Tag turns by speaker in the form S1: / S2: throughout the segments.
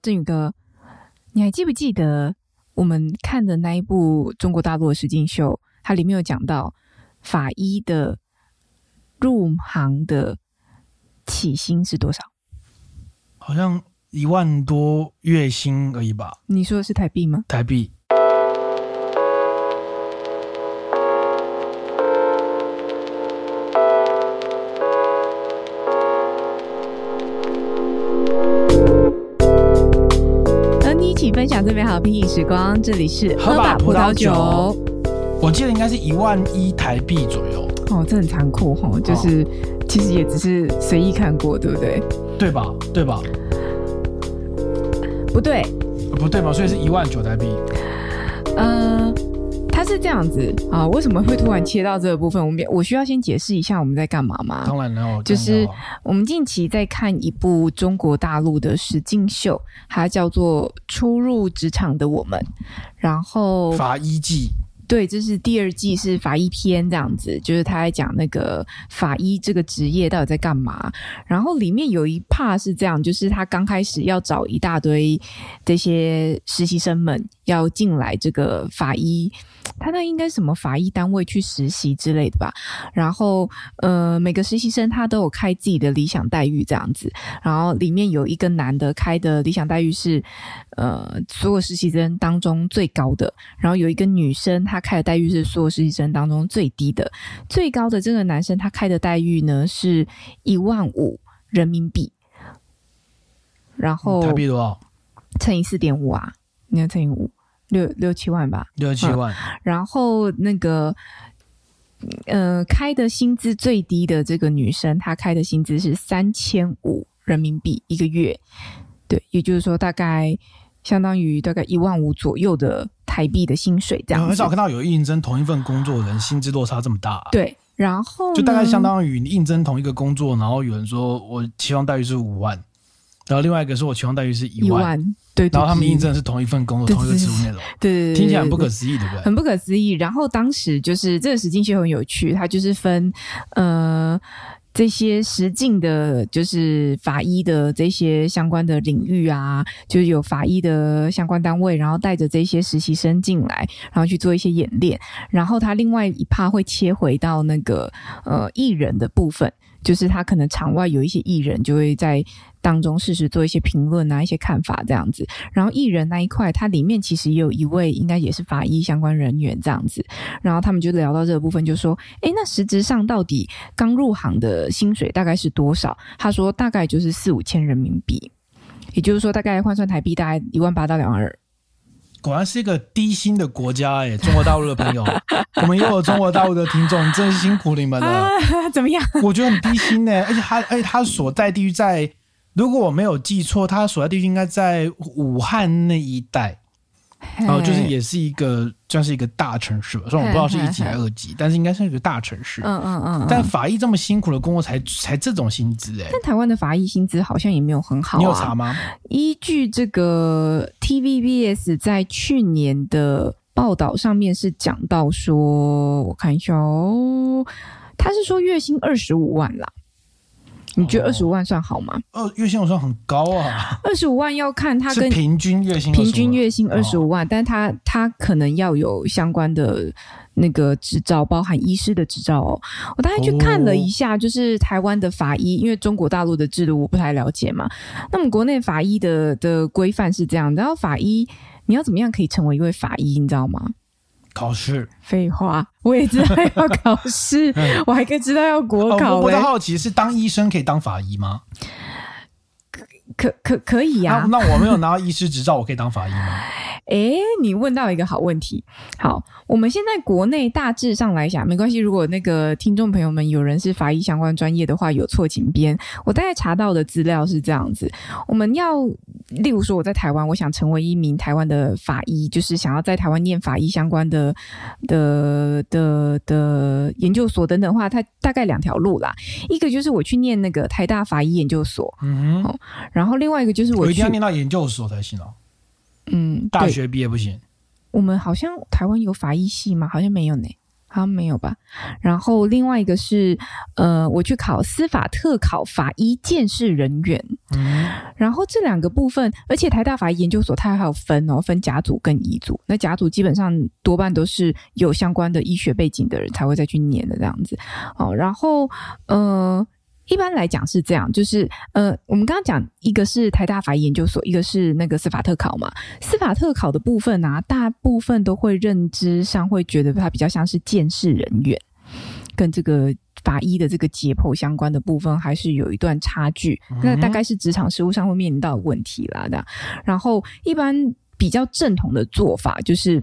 S1: 振宇哥，你还记不记得我们看的那一部中国大陆的实境秀？它里面有讲到法医的入行的起薪是多少？
S2: 好像一万多月薪而已吧，
S1: 你说的是台币吗？
S2: 台币。
S1: 和呃你一起分享最美好的品饮时光，这里是
S2: 喝吧葡萄酒
S1: 喝吧葡
S2: 我记得应该是一万一台币左右，
S1: 萄酒哦，这很残酷哦，就是、其实也只是随意看过，对不对？
S2: 对吧？对吧？
S1: 不对，
S2: 呃不对吧？所以是一万九台币。
S1: 呃，它是这样子啊，为什么会突然切到这个部分？我们我需要先解释一下我们在干嘛吗？
S2: 当然了，
S1: 就是
S2: 当然了
S1: 我们近期在看一部中国大陆的实境秀，它叫做《初入职场的我们》，然后
S2: 法医哦季
S1: 对，这是第二季是法医篇这样子，就是他在讲那个法医这个职业到底在干嘛。然后里面有一 part 是这样，就是他刚开始要找一大堆这些实习生们要进来这个法医，他那应该什么法医单位去实习之类的吧。然后呃，每个实习生他都有开自己的理想待遇这样子。然后里面有一个男的开的理想待遇是呃所有实习生当中最高的，然后有一个女生，她开的待遇是所有实习生当中最低的，最高的这个男生他开的待遇呢是一万五人民币，然后
S2: 嗯台币多少？
S1: 乘以四点五啊，你要乘以五，六六七万吧。
S2: 六七万。
S1: 然后那个，呃，开的薪资最低的这个女生，她开的薪资是三千五人民币一个月，对，也就是说大概相当于大概一万五左右的台币的薪水这
S2: 我
S1: 样子
S2: 很少。看到有应征同一份工作的人薪资落差这么大、啊
S1: 对，然后
S2: 就大概
S1: 呢
S2: 相当于你应征同一个工作，然后有人说我期望待遇是五万，然后另外一个说我期望待遇是一
S1: 一
S2: 万，
S1: 万，对，对
S2: 然后他们
S1: 对
S2: 应征的是同一份工
S1: 对
S2: 作，同一个职务内容，
S1: 对对对，
S2: 听起来很不
S1: 对
S2: 可思议，对不对？
S1: 很不可思议。然后当时就是这个实境秀很有趣，它就是分呃这些实境的，就是法医的这些相关的领域啊，就是有法医的相关单位，然后带着这些实习生进来，然后去做一些演练。然后他另外一趴会切回到那个呃艺人的部分，就是他可能场外有一些艺人就会在。当中适时做一些评论啊，一些看法这样子。然后艺人那一块，它里面其实也有一位应该也是法医相关人员这样子，然后他们就聊到这个部分，就说，诶，那实质上到底刚入行的薪水大概是多少？他说大概就是四五千人民币，也就是说大概换算台币大概一万八到两万二。
S2: 果然是一个低薪的国家哎、中国大陆的 朋友，我们又有中国大陆的听众，真辛苦你们了。
S1: 啊， 怎么样？
S2: 我觉得很低薪呢、而且他，而且他所在地域在，如果我没有记错，他所在地域应该在武汉那一带，然后哦就是也是一个算是一个大城市吧，虽然我不知道是一级还是二级，但是应该是一个大城市。
S1: 嗯，嗯嗯嗯。
S2: 但法医这么辛苦的工作才才这种薪资哎、
S1: 但台湾的法医薪资好像也没有很好、啊。
S2: 你有查吗？
S1: 依据这个 TVBS 在去年的报道上面是讲到说，我看一下哦，他是说月薪二十五万啦。你觉得
S2: 哦
S1: 二十五万算好吗？
S2: 哦，月薪我说很高啊，
S1: 二十五万要看他
S2: 是
S1: 跟
S2: 平均月薪25，
S1: 平均月薪
S2: 哦
S1: 二十五万，但他他可能要有相关的那个执照，包含医师的执照哦。我大概去看了一下，就是台湾的法医，因为中国大陆的制度我不太了解嘛。那么国内法医的的规范是这样，然后法医你要怎么样可以成为一位法医，你知道吗？
S2: 考试。
S1: 废话，我也知道要考 试，我还可以知道要国
S2: 嗯哦
S1: 考欸
S2: 我
S1: 嘞、
S2: 的好奇是，当医生可以当法医吗？
S1: 可可可以啊呀、
S2: 那那我没有拿到医师执照，我可以当法医吗？
S1: 诶，你问到一个好问题。好，我们现在国内大致上来讲，没关系。如果那个听众朋友们有人是法医相关专业的话，有错请编。我大概查到的资料是这样子：我们要，例如说我在台湾，我想成为一名台湾的法医，就是想要在台湾念法医相关的的的的研究所等等的话，它大概两条路啦。一个就是我去念那个台大法医研究所，
S2: 嗯哼，
S1: 然后另外一个就是
S2: 我
S1: 我
S2: 一
S1: 去
S2: 定要念到研究所才行哦，
S1: 嗯
S2: 大
S1: 对
S2: 学毕业不行。
S1: 我们好像台湾有法医系吗？好像没有呢。好像没有吧。然后另外一个是，呃，我去考司法特考法医鉴识人员，
S2: 嗯，
S1: 然后这两个部分，而且台大法医研究所它还有分哦，分甲组跟乙组。那甲组基本上多半都是有相关的医学背景的人才会再去念的这样子。哦，然后呃，一般来讲是这样，就是呃，我们刚刚讲一个是台大法医研究所，一个是那个司法特考嘛。司法特考的部分啊，大部分都会认知上会觉得它比较像是见识人员，跟这个。法医的这个解剖相关的部分还是有一段差距，那大概是职场实务上会面临到的问题啦。那然后一般比较正统的做法就是，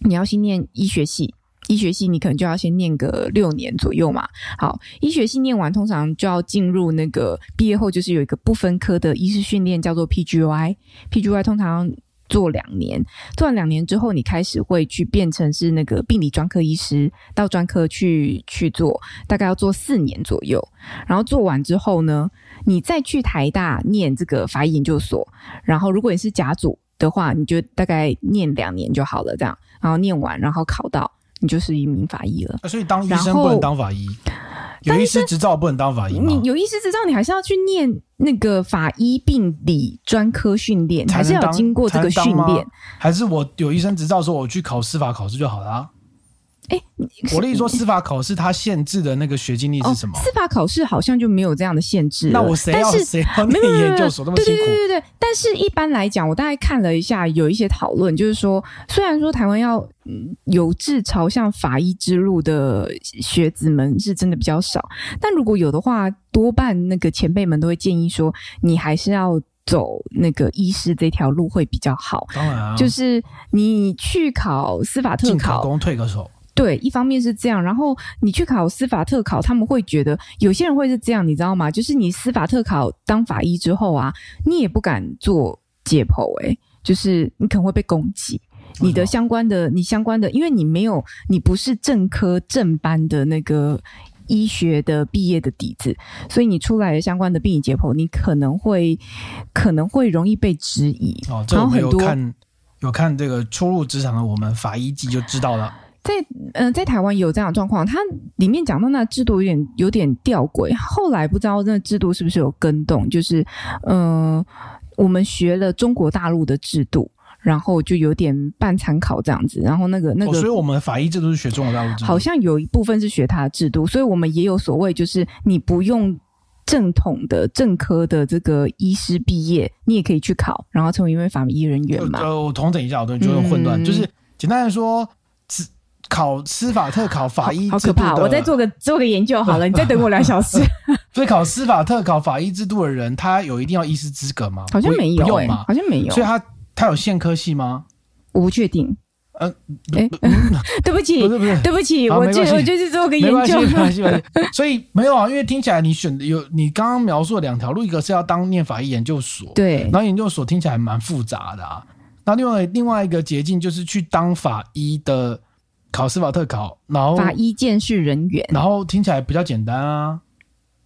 S1: 你要先念医学系，医学系你可能就要先念个六年左右嘛。好，医学系念完，通常就要进入那个毕业后就是有一个不分科的医师训练，叫做 PGY，PGY 通常。做两年，做完两年之后，你开始会去变成是那个病理专科医师，到专科去去做，大概要做四年左右。然后做完之后呢，你再去台大念这个法医研究所，然后如果你是甲组的话，你就大概念两年就好了，这样，然后念完，然后考到，你就是一名法医了。
S2: 啊所以当医
S1: 然
S2: 生
S1: 后
S2: 不能当法医，有医师执照不能当法医吗
S1: 你？有医师执照，你还是要去念那个法医病理专科训练，
S2: 才
S1: 还是
S2: 能
S1: 要有
S2: 当
S1: 经过这个训
S2: 才能当吗
S1: 练。
S2: 还是我有医生执照的时候，我去考司法考试就好了、啊？
S1: 哎
S2: 我例如说司法考试，它限制的那个学经历是什么？
S1: 哦司法考试好像就没有这样的限制了。
S2: 那我谁要
S1: 但是
S2: 谁要
S1: 没有
S2: 念
S1: 没有
S2: 研究所那么
S1: 对
S2: 辛
S1: 对
S2: 苦
S1: 对？对对，但是一般来讲，我大概看了一下，有一些讨论，就是说，虽然说台湾要嗯有志朝向法医之路的学子们是真的比较少，但如果有的话，多半那个前辈们都会建议说，你还是要走那个医师这条路会比较好。
S2: 当然啊，
S1: 就是你去考司法特
S2: 进
S1: 考
S2: 可，攻退可守。
S1: 对，一方面是这样，然后你去考司法特考，他们会觉得有些人会是这样，你知道吗？就是你司法特考当法医之后啊，你也不敢做解剖、欸，就是你可能会被攻击。你的
S2: 为什
S1: 相关的，你相关的，因为你没有，你不是正科正班的那个医学的毕业的底子，所以你出来的相关的病理解剖，你可能会可能会容易被质疑。
S2: 么哦，这
S1: 然
S2: 我
S1: 后很
S2: 们有
S1: 多
S2: 看有看这个初入职场的我们法医季就知道了。
S1: 在嗯、呃在台湾也有这样的状况，它里面讲到那制度有点有点吊诡，后来不知道那制度是不是有跟动，就是嗯、呃我们学了中国大陆的制度，然后就有点半参考这样子，然后那个那
S2: 哦，所以
S1: 个。
S2: 我们法医制度是学中国大陆制度。
S1: 好像有一部分是学它的制度，所以我们也有所谓，就是你不用正统的正科的这个医师毕业，你也可以去考，然后成为一位法医人员嘛。
S2: 呃，我重整一下，我东西就会混乱。
S1: 嗯
S2: 就是简单的说，司考司法特考法医
S1: 好
S2: 制
S1: 可
S2: 度
S1: 怕！
S2: 的，
S1: 我再做个做个研究好了，你再等我两小 时。
S2: 所以考司法特考法医制度的人，他有一定要医师资格吗？
S1: 好像
S2: 不
S1: 没
S2: 不
S1: 有、
S2: 用
S1: 欸，
S2: 嘛。
S1: 好像没有
S2: 所以，他他有限科系吗？
S1: 我不确定。
S2: 呃，
S1: 哎，对不起
S2: 不，是不是。
S1: 对不起，
S2: 好
S1: 我
S2: 没
S1: 就
S2: 关系
S1: 我就是做个
S2: 没
S1: 研
S2: 关系，
S1: 究
S2: 没。关系，没关系。所以没有啊，因为听起来你选的有你刚刚描述的两条路，一个是要当念法医研究所，
S1: 对
S2: 然，后研究所听起来还蛮复杂的啊。那另外另外一个捷径就是去当法医的考司法特考，然后
S1: 法医鉴识人员，
S2: 然后听起来比较简单啊，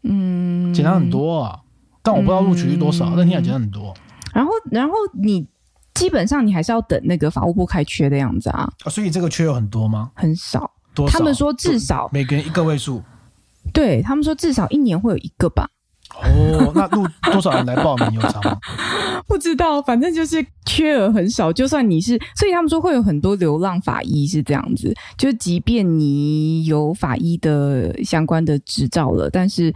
S1: 嗯，
S2: 简单很。多啊。但我不知道录取率多少，
S1: 嗯
S2: 但听起来简单很多
S1: 然后，然后你基本上你还是要等那个法务部开缺的样子啊，
S2: 啊。所以这个缺有很多吗？
S1: 很少。
S2: 多少？
S1: 他们说至少，
S2: 每个人一个位数。
S1: 对他们说至少一年会有一个吧。
S2: 哦，那 录多少人来报名有差吗？
S1: 不知道，反正就是缺额很少。就算你是，所以他们说会有很多流浪法医是这样子，就即便你有法医的相关的执照了，但是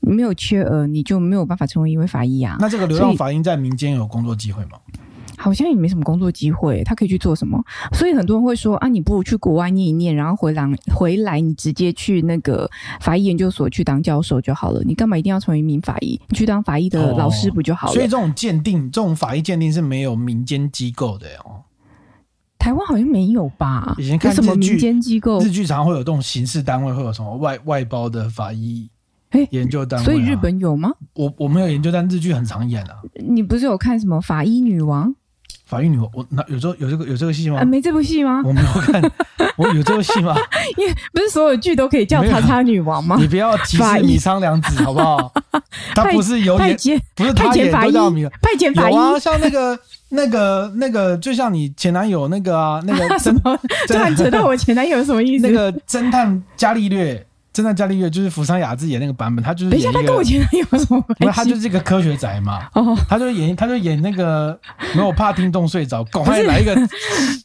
S1: 你没有缺额，你就没有办法成为一位法医啊。
S2: 那这个流浪法医在民间有工作机会吗？
S1: 好像也没什么工作机会，他可以去做什么？所以很多人会说啊，你不如去国外念一念，然后回来回来你直接去那个法医研究所去当教授就好了。你干嘛一定要成为一名法医？你去当法医的老师不就好了？
S2: 哦所以这种鉴定，这种法医鉴定是没有民间机构的哦。
S1: 台湾好像没有吧？
S2: 以前看
S1: 有什么
S2: 日剧
S1: 民间机构？
S2: 日剧常会有这种刑事单位，会有什么外外包的法医
S1: 哎
S2: 研究单位、啊
S1: 所以日本有吗？
S2: 我我没有研究，但日剧很常演啊。
S1: 你不是有看什么法医女王？
S2: 法医女王》，我那有这有这个有这个戏吗
S1: 啊，？没这部戏吗？
S2: 我没有看， 我有这个戏吗？
S1: 因为不是所有剧都可以叫
S2: 没有
S1: 叉叉女王吗？
S2: 你不要歧
S1: 啊法
S2: 视
S1: 医
S2: 米仓凉子好不 好？他不是有
S1: 派
S2: 演，
S1: 遣
S2: 不是
S1: 派
S2: 他
S1: 遣
S2: 演
S1: 法
S2: 都
S1: 医
S2: 叫米，，
S1: 派遣法医
S2: 有啊，像那个那个那个，就像你前男友那个啊，那 个
S1: 什
S2: 侦
S1: 么？突然扯到我前男友什么意思？
S2: 那个侦探伽利略，侦探伽利略就是福山雅治演那个版本，他就是
S1: 等一下，
S2: 演
S1: 他
S2: 一
S1: 跟我
S2: 个，
S1: 前男友有什么关
S2: 那
S1: 系？
S2: 他就是一个科学宅嘛，
S1: 哦，
S2: 他就演他就演那 个，没有我怕听众睡着，赶快来一个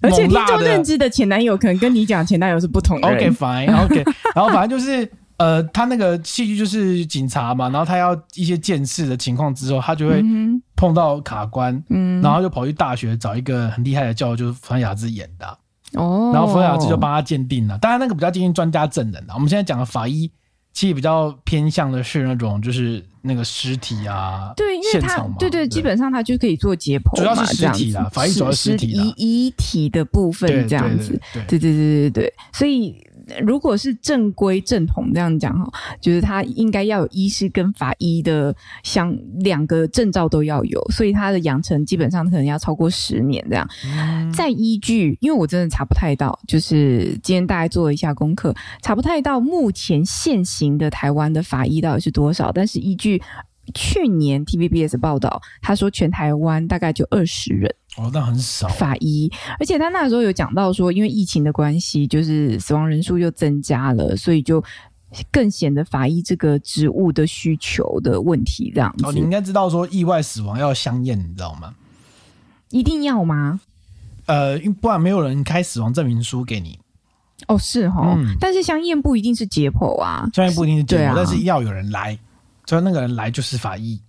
S1: 而且
S2: 猛
S1: 听
S2: 辣
S1: 众
S2: 的
S1: 认知的前男友可能跟你讲前男友是不同的
S2: OK
S1: 人。
S2: fine OK，然后反正就是呃，他那个戏剧就是警察嘛，然后他要一些见识的情况之后，他就会
S1: 嗯
S2: 碰到卡关，
S1: 嗯，
S2: 然后就跑去大学找一个很厉害的教授，就是冯雅芝演的啊、
S1: 哦，
S2: 然后冯雅芝就帮他鉴定了。当然那个比较接近专家证人啊，我们现在讲的法医。其实比较偏向的是那种，就是那个尸体啊，
S1: 对，因为
S2: 现
S1: 他
S2: 场嘛，
S1: 对对，基本上他就可以做解剖嘛，
S2: 主要是尸
S1: 这
S2: 体啦
S1: 样子
S2: 法医主要是尸体啦
S1: 遗遗体的部
S2: 对
S1: 分这样子。，
S2: 对对对
S1: 对
S2: 对
S1: 对对对对，所以呃如果是正规正统这样讲哈，就是他应该要有医师跟法医的相两个证照都要有，所以他的养成基本上可能要超过十年这样。再依据，因为我真的查不太到，就是今天大概做了一下功课，查不太到目前现行的台湾的法医到底是多少，但是依据。去年 TVBS 报道，他说全台湾大概就二十人。
S2: 哦，那很少，
S1: 法医，而且他那时候有讲到说，因为疫情的关系，就是死亡人数又增加了，所以就更显得法医这个职务的需求的问题这样子。
S2: 哦，你应该知道说意外死亡要相验，你知道吗？
S1: 一定要吗？
S2: 呃，因不然没有人开死亡证明书给你，
S1: 哦，是哈、
S2: 嗯
S1: 但是像验不一定是解剖啊。
S2: 虽然不一定是结
S1: 对啊
S2: 果，但是要有人来，所以那个人来就是法医，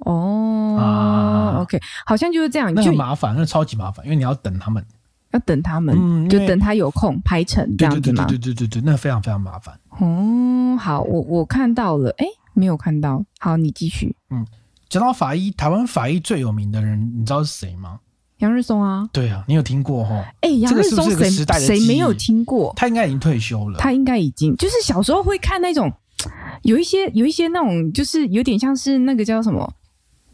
S1: 哦、
S2: 啊
S1: o k 好像就是这样，
S2: 那
S1: 就
S2: 很麻烦，那超级麻烦，因为你要等他们，
S1: 要等他们、
S2: 嗯因为
S1: 就等他有空排程这
S2: 对
S1: 样子
S2: 对对
S1: 吗
S2: 对？对对对，那非常非常麻烦。
S1: 哦，好，我我看到了，哎，没有看到，好，你继续。
S2: 讲到法医，台湾法医最有名的人，你知道是谁吗？
S1: 杨日松啊，
S2: 对啊，你有听过吼？
S1: 哎，杨
S2: 这个
S1: 日
S2: 是不
S1: 松谁
S2: 是一个时代的
S1: 谁
S2: 记忆
S1: 没有听过？
S2: 他应该已经退休了。
S1: 他应该已经就是小时候会看那种有一些有一些那种就是有点像是那个叫什么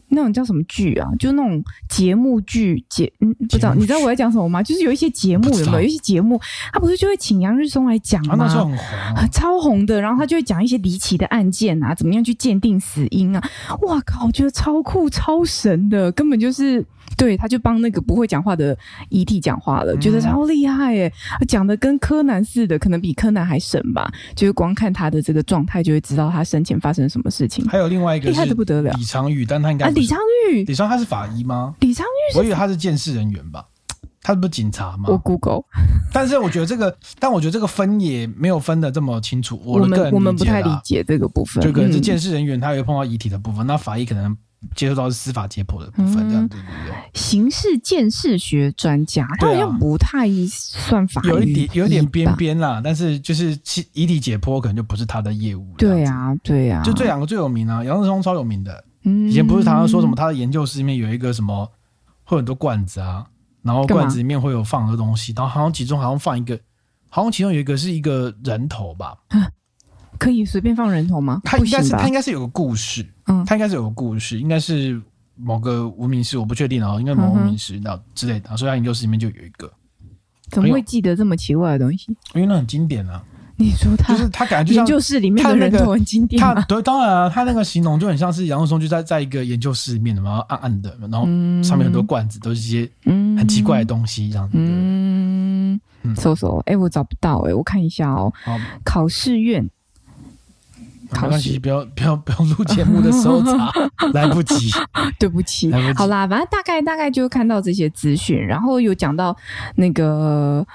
S1: 那种叫什么剧啊，就那种节目剧节嗯不知
S2: 节
S1: 道
S2: 目剧
S1: 你知道我在讲什么吗？就是有一些节目
S2: 不知
S1: 有
S2: 道
S1: 没有？有一些节目他不是就会请杨日松来讲
S2: 啊，
S1: 吗？
S2: 那时候很红啊、
S1: 啊 超红的，然后他就会讲一些离奇的案件啊，怎么样去鉴定死因啊，哇靠，我觉得超酷超神的，根本就是对，他就帮那个不会讲话的遗体讲话
S2: 嗯
S1: 了，觉得超厉害耶，讲的跟柯南似的，可能比柯南还神吧，就是光看他的这个状态就会知道他生前发生什么事情，
S2: 还有另外一个
S1: 厉害
S2: 是
S1: 的不得了
S2: 李昌钰，但他应该
S1: 啊，
S2: 不
S1: 李
S2: 是
S1: 昌钰，
S2: 李昌他是法医吗？
S1: 李昌
S2: 我以为他是鉴识人员吧，他不是警察吗
S1: 钰，我 Google，
S2: 但是我觉得这个，但我觉得这个分也没有分的这么清楚。
S1: 我
S2: 的个
S1: 们
S2: 人
S1: 我们不
S2: 解
S1: 太理
S2: 啦
S1: 解这个部分，
S2: 就可能是
S1: 嗯
S2: 见识人员，他会碰到遗体的部分，那法医可能接触到是司法解剖的部分，
S1: 嗯
S2: 这样对对对。
S1: 刑事鉴识学专家，他好
S2: 对啊
S1: 像不太算法医吧，
S2: 有一点有点边边啦，但是就是其遗体解剖可能就不是他的业务。
S1: 对
S2: 啊，
S1: 啊，对啊，
S2: 就这两个最有名啊，杨志松超有名的。
S1: 嗯
S2: 以前不是常常说什么他的研究室里面有一个什么，会有很多罐子啊，然后
S1: 干嘛
S2: 罐子里面会有放很多东西，然后好像其中好像放一个，好像其中有一个是一个人头吧，
S1: 可以随便放人头吗？
S2: 他
S1: 不
S2: 应该
S1: 行
S2: 是
S1: 吧
S2: 他？应该是有个故事，
S1: 嗯
S2: 他应该是有个故事，应该是某个无名氏，我不确定哦，应该
S1: 嗯
S2: 某个无名氏那之类的，所以他研究室里面就有一个，
S1: 怎么会记得这么奇怪的东西？
S2: 因为那很经典啊，
S1: 你说他
S2: 就是他感觉就
S1: 研
S2: 像
S1: 究室里面的人头很经典
S2: 他
S1: 吗？
S2: 对，当然啊，他那个形容就很像是杨树松就在在一个研究室里面，然后暗暗的，然后
S1: 嗯
S2: 上面很多罐子都是一些
S1: 嗯
S2: 很奇怪的东西，这样子。
S1: 嗯
S2: 嗯
S1: 搜搜，哎，我找不到哎，我看一下哦，
S2: 好，
S1: 考试院
S2: 没
S1: 考
S2: 关
S1: 试
S2: 系，不要不要不要录节目的时 候查，来不及。
S1: 对不起
S2: 来不，及
S1: 好啦，反正大概大概就看到这些资讯，然后有讲到那个，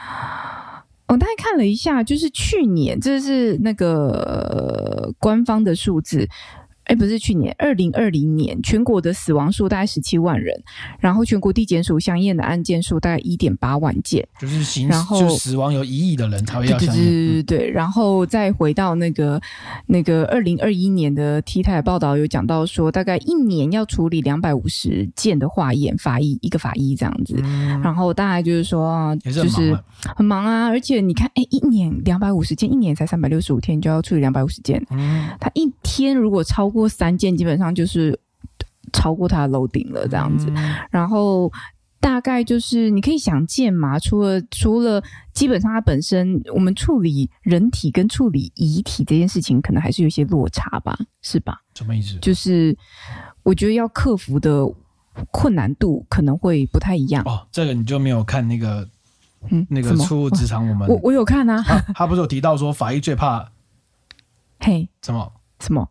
S1: 我大概看了一下，就是去年，这是那个、呃官方的数字。哎，不是去年，二零二零年全国的死亡数大概十七万人，然后全国地检署相验的案件数大概一点八万件，
S2: 就是行，
S1: 然后
S2: 就死亡有疑义的人才会
S1: 对
S2: 要
S1: 对
S2: 相
S1: 对
S2: 信。嗯
S1: 对对，然后再回到那个那个二零二一年的 T 台报道有讲到说，大概一年要处理两百五十件的化验，法医一个法医这样子。然后大概就是说，啊
S2: 嗯也
S1: 就是是
S2: 很忙啊
S1: 很忙啊，而且你看，哎，一年两百五十件，一年才三百六十五天，就要处理两百五十件。
S2: 嗯，
S1: 他一天如果超过三件，基本上就是超过他的 loading 了这样子。然后大概就是你可以想见嘛，除了除了基本上它本身，我们处理人体跟处理遗体这件事情，可能还是有一些落差吧，是吧？
S2: 什么意思？
S1: 就是我觉得要克服的困难度可能会不太一样。
S2: 哦，这个你就没有看那个
S1: 嗯，
S2: 那个
S1: 什么
S2: 初入职场，我们
S1: 我我有看啊，
S2: 他他不是有提到说法医最怕
S1: 嘿，
S2: 什么
S1: 什么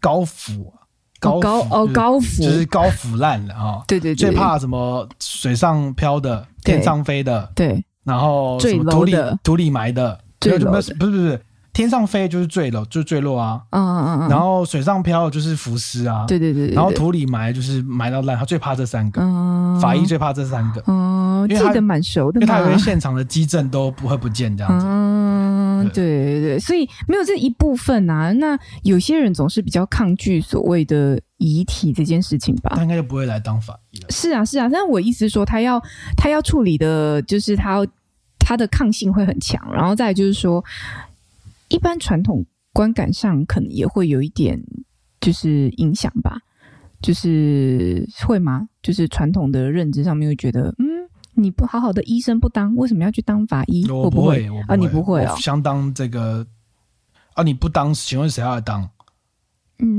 S2: 高腐啊，
S1: 哦
S2: 腐
S1: 高哦
S2: 就是
S1: 高腐，
S2: 就是高腐烂了啊，
S1: 对对对，
S2: 最怕什么水上漂的、
S1: 对
S2: 天上飞的，
S1: 对
S2: 然后
S1: 坠
S2: 什么
S1: 楼
S2: 土里
S1: 的
S2: 土里埋的，
S1: 坠楼的
S2: 不是不是不是天上飞就是坠楼，就是坠落啊，
S1: 嗯嗯嗯，
S2: 然后水上漂就是浮尸啊，
S1: 对对对对，
S2: 然后
S1: 对
S2: 土里埋就是埋到烂，他最怕这三个，
S1: 嗯
S2: 法医最怕这三个，
S1: 哦，
S2: 因
S1: 记
S2: 为他
S1: 得蛮熟的
S2: 因为他以
S1: 嘛
S2: 为。现场的基证都不会不见这样子，
S1: 嗯，
S2: 对
S1: 对对对，所以没有这一部分啊。那有些人总是比较抗拒所谓的遗体这件事情吧
S2: 他。应该就不会来当法 医了。
S1: 是啊，是啊，但我意思是说，他要他要处理的，就是他要他的抗性会很强，然后再来就是说，一般传统观感上可能也会有一点就是影响吧，就是会吗？就是传统的认知上面会觉得，嗯，你不好好的医生不当，为什么要去当法医？
S2: 我
S1: 不
S2: 会，我
S1: 啊，你不会
S2: 我
S1: 哦，
S2: 相当这个啊，你不当，请问谁要来当？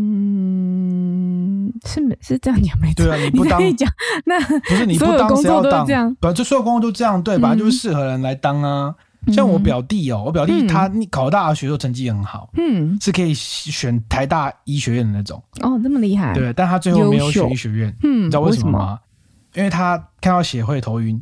S1: 嗯，是没是这样讲没错
S2: 对。啊，你
S1: 你
S2: 不当
S1: 可，以讲，那
S2: 不是你不
S1: 所有
S2: 当
S1: 工
S2: 谁
S1: 作
S2: 要
S1: 都是
S2: 当
S1: 这样？
S2: 本来就所有工作都这样，对吧？
S1: 嗯
S2: 就是适合人来当啊。像我表弟哦，我表弟
S1: 嗯
S2: 他考大学的时候成绩很好，
S1: 嗯，
S2: 是可以选台大医学院的那种，
S1: 嗯，哦，这么厉害，
S2: 对，但他最后没有
S1: 优秀
S2: 选医学院，
S1: 嗯，
S2: 你知道为
S1: 为
S2: 什么吗？因为他看到血会头晕，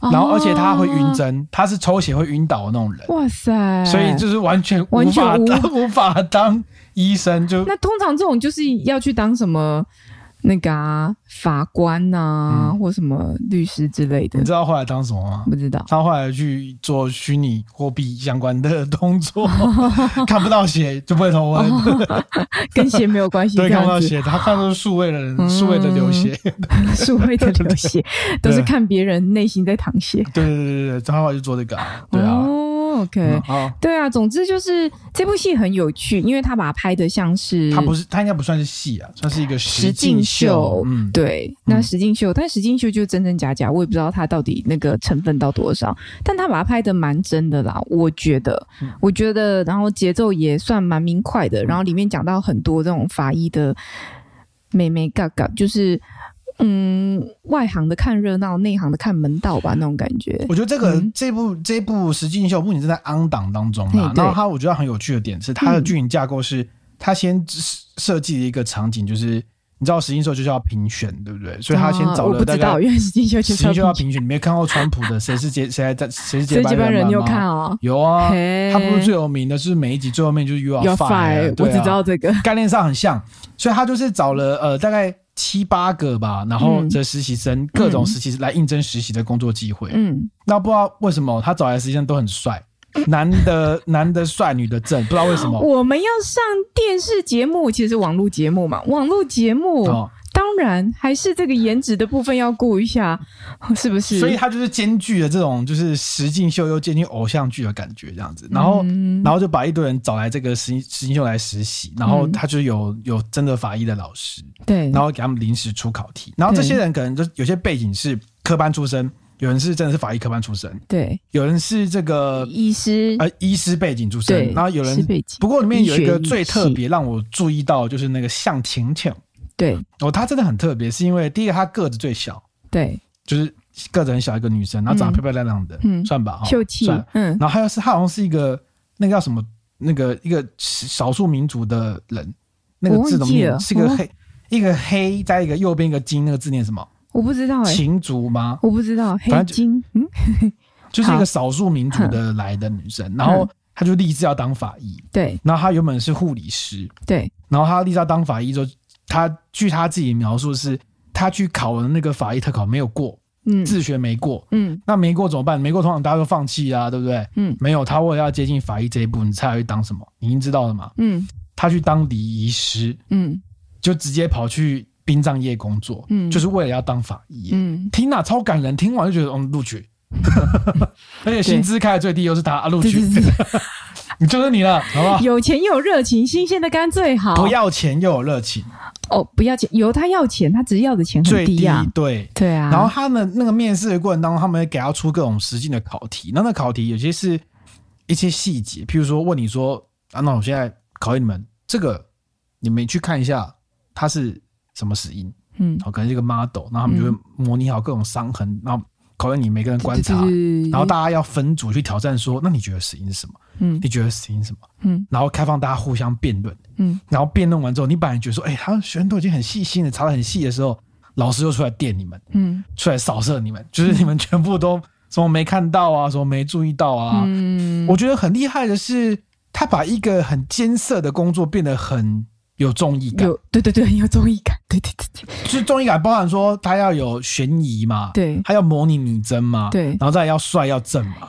S2: 然后而且他会晕
S1: 哦
S2: 针，他是抽血会晕倒的那种人，
S1: 哇塞！
S2: 所以就是完全无
S1: 哎完全
S2: 法
S1: 无
S2: 当 无法当医生，就
S1: 那通常这种就是要去当什么那个啊法官呐、
S2: 嗯
S1: 或什么律师之类的
S2: 你，知道后来当什么吗？
S1: 不知 道。
S2: 他后来去做虚拟货币相关的 动作，看不到血就不会头
S1: 哦
S2: 昏，，
S1: 跟鞋没有关系，这
S2: 对，看不到
S1: 样 子，
S2: 血，他看到是数位的人，
S1: 嗯
S2: 数位的流血，
S1: 数位的流 血都是看别人内心在淌血。
S2: 对对对对对，他后来就做这个啊，对啊，
S1: 哦，OK，、
S2: 嗯好，
S1: 对啊，总之就是这部戏很有趣，因为他把它拍的像是
S2: 他不是他应该不算是戏啊，算是一个
S1: 实
S2: 境
S1: 境秀
S2: 嗯，
S1: 对，那石进秀，但石进秀就是真真假假，我也不知道它到底那个成分到多少，但他把它拍的蛮真的啦，我觉得
S2: 嗯，
S1: 我觉得，然后节奏也算蛮明快的，然后里面讲到很多这种法医的美眉嘎嘎，就是嗯，外行的看热闹，内行的看门道吧，那种感觉。
S2: 我觉得这个、
S1: 嗯
S2: 这部这部实境秀目前正在 on 档当中啦
S1: 嘿。对
S2: 然后它我觉得很有趣的点是，它的
S1: 嗯
S2: 剧情架构是、它先设计了一个场景，就是你知道实境秀就是要评选，对不对？所以他先
S1: 啊
S2: 找
S1: 我
S2: 了
S1: 不
S2: 大
S1: 知
S2: 概
S1: 道，原来石进秀就
S2: 实
S1: 是
S2: 境秀
S1: 要
S2: 要评选，你没看过川普的谁是接谁还在谁是
S1: 所
S2: 接
S1: 以接班人
S2: 人
S1: 你有
S2: 吗
S1: 看哦？
S2: 有啊，
S1: 嘿
S2: 他不是最有名的是每一集最后面就是 You
S1: 要
S2: Are
S1: 反
S2: Fire，，
S1: 我只
S2: 对啊
S1: 知道这个，
S2: 概念上很像，所以他就是找了呃大概七八个吧，然后
S1: 嗯
S2: 这实习生、各种实习生来应征实习的工作机会，
S1: 嗯，
S2: 那不知道为什么他找来的实习生都很帅，男的 男的帅，女的正，不知道为什么。
S1: 我们要上电视节目，其实是网络节目嘛，网络节目、
S2: 哦，
S1: 当然还是这个颜值的部分要顾一下， 是不是？
S2: 所以他就是兼具了这种就是实境秀又兼具偶像剧的感觉这样子，然后、
S1: 嗯
S2: 然后就把一堆人找来这个实实境秀来实习，然后
S1: 嗯
S2: 他就有有真的法医的老师，
S1: 对，
S2: 然后给他们临时出考题，然后这些人可能就有些背景是科班出身，有人是真的是法医科班出身，
S1: 对
S2: 有人是这个
S1: 医师，
S2: 呃医师背景出身，
S1: 对，
S2: 然后有
S1: 是
S2: 人
S1: 背景，
S2: 不过里面有一
S1: 医学
S2: 个
S1: 医
S2: 最特
S1: 系
S2: 别让我注意到，就是那个向晴晴
S1: 对
S2: 哦，她真的很特别，是因为第一个她个子最小，
S1: 对，
S2: 就是个子很小一个女生，然后长
S1: 嗯
S2: 得漂漂亮亮的，
S1: 嗯
S2: 算吧，哦
S1: 秀气
S2: 算。，
S1: 嗯，
S2: 然后还有是她好像是一个那个叫什么那个一个少数民族的人，那个
S1: 我忘
S2: 字怎么
S1: 记
S2: 念？
S1: 了哦
S2: 是一个
S1: 我
S2: 黑一个黑在一个右边一个金，那个字念什么？
S1: 我不知道哎、
S2: 秦族吗？
S1: 我不知道黑
S2: 反正就
S1: 金，嗯，
S2: 就是一个
S1: 好
S2: 少数民族的来的女
S1: 嗯
S2: 生，然后她就立志要当法医，
S1: 对
S2: 然后她原本是护理师，
S1: 对，
S2: 然后他立志当法医之后，他据他自己描述是，他去考的那个法医特考没有过，
S1: 嗯
S2: 自学没过。
S1: 嗯
S2: 那没过怎么办？没过通常大家都放弃啊，对不对？
S1: 嗯
S2: 没有，他为了要接近法医这一步，你猜他去当什么？你已经知道了嘛？
S1: 嗯
S2: 他去当礼仪师，
S1: 嗯
S2: 就直接跑去殡葬业工作，
S1: 嗯
S2: 就是为了要当法医。
S1: 嗯，
S2: 听呐，超感人，听完就觉得嗯，录取， 而且薪资开的最低又是他啊，录
S1: 对
S2: 取
S1: 对，对，
S2: 就是你了，好不 好？
S1: 有钱又有热情，新鲜的肝最好，
S2: 不要钱又有热情，
S1: 哦，不要钱，有他要钱，他只是要的钱很
S2: 最低
S1: 啊。
S2: 对。
S1: 对啊，
S2: 然后他们那个面试的过程当中，他们会给他出各种实际的考题，那那考题有些是一些细节，譬如说问你说啊，那我现在考验你们这个，你们去看一下它是什么死因，
S1: 嗯，
S2: 哦，可能是一个 model，然后他们就会模拟好各种伤痕，然后考验你每个人观察，
S1: 对对对对
S2: 然后大家要分组去挑战说，那你觉得死因是什么？
S1: 嗯
S2: 你觉得死因是什么？
S1: 嗯
S2: 然后开放大家互相辩论，
S1: 嗯，
S2: 然后辩论完之后，你本来觉得说，哎、他学生都已经很细心了，查的很细的时候，老师又出来电你们，
S1: 嗯
S2: 出来扫射你们，就是你们全部都什么没看到啊，什么没注意到啊。
S1: 嗯，
S2: 我觉得很厉害的是，他把一个很艰涩的工作变得很有综艺感，
S1: 有对对对，很有综艺感， 对对对对
S2: 就是综艺感包含说他要有悬疑嘛，，
S1: 对
S2: 他要模拟拟真嘛，
S1: 对
S2: 然后再来要帅要正嘛，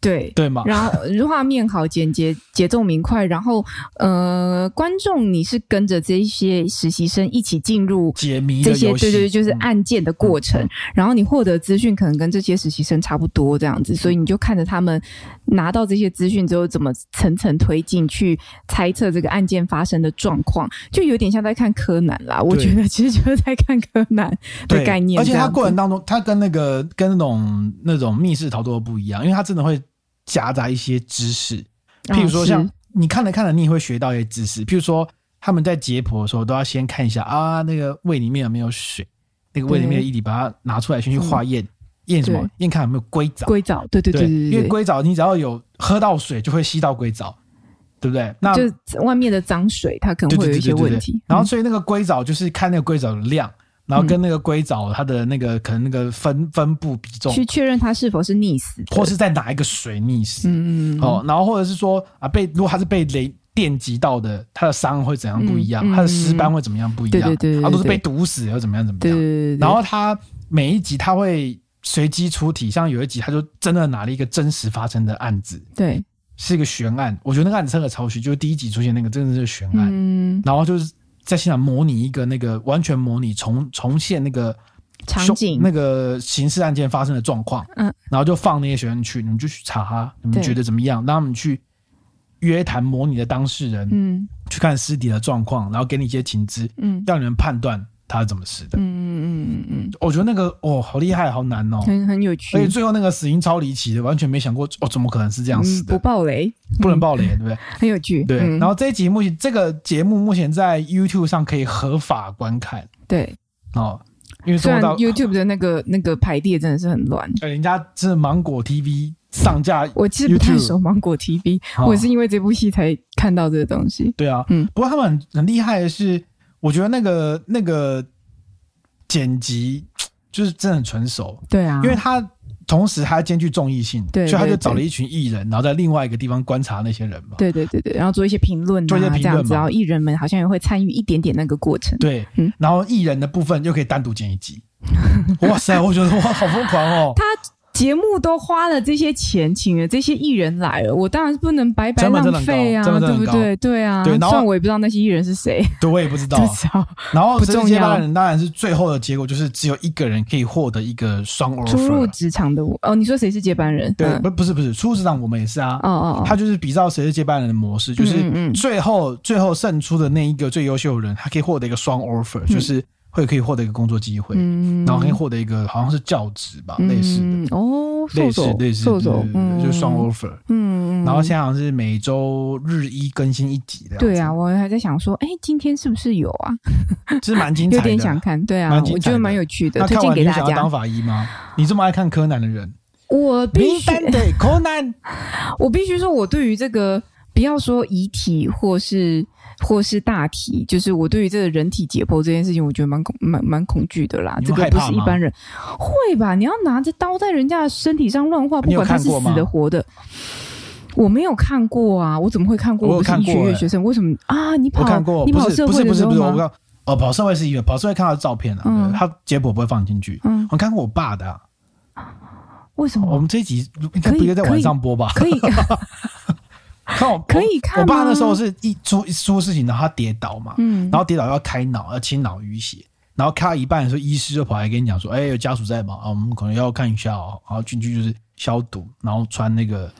S1: 对。
S2: 对啊吗？
S1: 然后画面好，简洁，节奏明快，然后呃，观众你是跟着这些实习生一起进入
S2: 解谜的
S1: 这
S2: 游
S1: 些，
S2: 戏，
S1: 对对，对就是
S2: 嗯
S1: 案件的过程，
S2: 嗯
S1: 然后你获得资讯可能跟这些实习生差不多这样子，所以你就看着他们拿到这些资讯之后，怎么层层推进去猜测这个案件发生的状况，就有点像在看柯南啦。我
S2: 对
S1: 觉得其实就是在看柯南的
S2: 对
S1: 概念
S2: 而且
S1: 这样
S2: 它
S1: 子
S2: 过程当中，它跟那个跟那种那种密室逃脱不一样，因为它真的会夹杂一些知识，譬如说
S1: 嗯
S2: 像
S1: 是
S2: 你看着看着，你也会学到一些知识，譬如说他们在解剖的时候都要先看一下啊，那个胃里面有没有水，那个胃里面的
S1: 对嗯
S2: 液体把它拿出来先去化验，验什么
S1: 对？
S2: 验看有没有硅藻。
S1: 硅藻，对对对对
S2: 因为
S1: 对对。
S2: 硅藻你只要有喝到水就会吸到硅藻，对不对？那
S1: 就是外面的脏水，它可能
S2: 对
S1: 会
S2: 对
S1: 有一
S2: 对
S1: 些
S2: 对对
S1: 问
S2: 对
S1: 题。嗯
S2: 然后所以那个硅藻就是看那个硅藻的量，然后跟那个硅藻它的那个可能那个分分布比
S1: 嗯
S2: 重，
S1: 去确认它是否是溺死的，
S2: 或是在哪一个水溺死、
S1: 嗯嗯嗯
S2: 哦，然后或者是说啊被如果它是被雷电击到的，它的伤会怎样不一样，
S1: 嗯嗯
S2: 它的尸斑会怎么样不一样，
S1: 对对对对对
S2: 啊都是被毒死又怎么样怎么
S1: 对
S2: 样
S1: 对，对对对，
S2: 然后它每一集它会随机出题，像有一集它就真的拿了一个真实发生的案子。
S1: 对
S2: 是一个悬案，我觉得那个案子真的超虚，就是第一集出现那个真的是悬案，
S1: 嗯
S2: 然后就是在现场模拟一个那个完全模拟重重现那个
S1: 场
S2: 凶
S1: 景
S2: 那个刑事案件发生的状况，
S1: 嗯，
S2: 然后就放那些学生去，你们就去查，你们
S1: 对
S2: 觉得怎么样？让他们去约谈模拟的当事人，
S1: 嗯
S2: 去看尸体的状况，然后给你一些情资，
S1: 嗯
S2: 让你们判断他是怎么死的。
S1: 嗯嗯嗯嗯
S2: 我觉得那个哦，好厉害，好难哦
S1: 嗯，。很很有趣
S2: 而且，最后那个死因超离奇的，完全没想过哦，怎么可能是这样死
S1: 嗯，
S2: 的？
S1: 不爆雷，
S2: 不能爆雷，对不对？
S1: 很有趣，
S2: 对。
S1: 嗯
S2: 然后这一集目前这个节目目前在 YouTube 上可以合法观看，
S1: 对，
S2: 哦，因为
S1: 虽
S2: 中国
S1: 然
S2: 大陆，
S1: YouTube 的那个那个排列真的是很乱。
S2: 呃人家是芒果 TV 上架，
S1: 我其实不太
S2: YouTube
S1: 熟芒果 TV，
S2: 哦
S1: 我是因为这部戏才看到这个东西。
S2: 对啊，
S1: 嗯
S2: 不过他们很很厉害的是，我觉得那个那个剪辑就是真的很纯熟，
S1: 对啊，
S2: 因为他同时还要兼具综艺性，
S1: 对
S2: 所以他就
S1: 对
S2: 找了
S1: 对
S2: 一群艺人，然后在另外一个地方观察那些人嘛，
S1: 对对对对，然后做一些评论
S2: 做一些
S1: 啊
S2: 评
S1: 这
S2: 论
S1: 样子，
S2: 嘛
S1: 然后艺人们好像也会参与一点点那个过程。
S2: 对，
S1: 嗯
S2: 然后艺人的部分又可以单独剪一 集，哇塞，我觉得哇好疯狂哦，
S1: 节目都花了这些钱，请了这些艺人来了，我当然不能白白
S2: 成本真的
S1: 浪
S2: 很高
S1: 费啊，
S2: 成本真
S1: 对
S2: 的很
S1: 不
S2: 高
S1: 对？对啊，
S2: 对然后
S1: 虽然我也不知道那些艺人是谁，
S2: 对我也不知道
S1: 至，少
S2: 然后
S1: 不
S2: 这
S1: 重
S2: 些八
S1: 要
S2: 人当然是最后的结果就是只有一个人可以获得一个双 offer，啊
S1: 初入职场的我，哦，你说谁是接班人？
S2: 哦对，
S1: 嗯
S2: 不、不是不是，初职场我们也是啊，
S1: 哦哦
S2: 他
S1: 哦，
S2: 就是比照谁是接班人的模式，就
S1: 嗯
S2: 是
S1: 嗯
S2: 最后最后胜出的那一个最优秀的人，他可以获得一个双 offer，就是会可以获得一个工作机会，
S1: 嗯
S2: 然后可以获得一个好像是教职吧，类似的，
S1: 嗯哦，瘦
S2: 类似
S1: 手，
S2: 类似，
S1: 瘦
S2: 对
S1: 手
S2: 对，对，就是双
S1: 嗯
S2: offer。
S1: 嗯，嗯
S2: 然后现在好像是每周日一更新一集的，
S1: 对啊，，我还在想说，哎，今天是不是有啊？
S2: 这是蛮精
S1: 有
S2: 彩
S1: 点想
S2: 的。
S1: 看，对啊
S2: 蛮，精
S1: 我
S2: 彩
S1: 觉
S2: 的
S1: 得蛮有趣的
S2: 那，
S1: 推
S2: 看
S1: 荐
S2: 完
S1: 给
S2: 你
S1: 大
S2: 想要
S1: 家
S2: 当。法医吗？你这么爱看柯南的人，
S1: 我必
S2: 名
S1: 须，
S2: 单得柯南，
S1: 我必须说，我对于这个不要说遗体或是或是大体，就是我对于这个人体解剖这件事情，我觉得蛮恐蛮蛮恐惧的啦。
S2: 你
S1: 这
S2: 会
S1: 个
S2: 害
S1: 不
S2: 怕
S1: 是一
S2: 吗
S1: 般人会吧？你要拿着刀在人家的身体上乱划，不
S2: 你有
S1: 管他
S2: 看
S1: 是
S2: 过吗
S1: 死的活的。我没有看过啊，我怎么会看过？
S2: 我有
S1: 不是
S2: 看
S1: 医学
S2: 过
S1: 院
S2: 欸
S1: 学生，为什么啊？你
S2: 我
S1: 跑
S2: 看过，
S1: 你
S2: 不
S1: 跑
S2: 是
S1: 社
S2: 不
S1: 会
S2: 是
S1: 的
S2: 不
S1: 时
S2: 是
S1: 候
S2: 不是，我
S1: 吗？
S2: 看哦，跑社会是一个跑社会看到照片啊，
S1: 嗯
S2: 对他解剖不会放进去。
S1: 嗯，
S2: 我看过我爸的啊、
S1: 为什
S2: 我
S1: 么
S2: 们这一集应该不应该在晚上播吧？
S1: 哦可以
S2: 看我
S1: 可以看
S2: 我爸
S1: 吗
S2: 那时候是一出一出事情，然后他跌倒嘛，
S1: 嗯
S2: 然后跌倒要开脑，要清脑淤血。然后开到一半的时候，医师就跑来跟你讲说：“哎，哦有家属在吗？啊，我们可能要看一下哦。”然后进去就是消毒，然后穿那个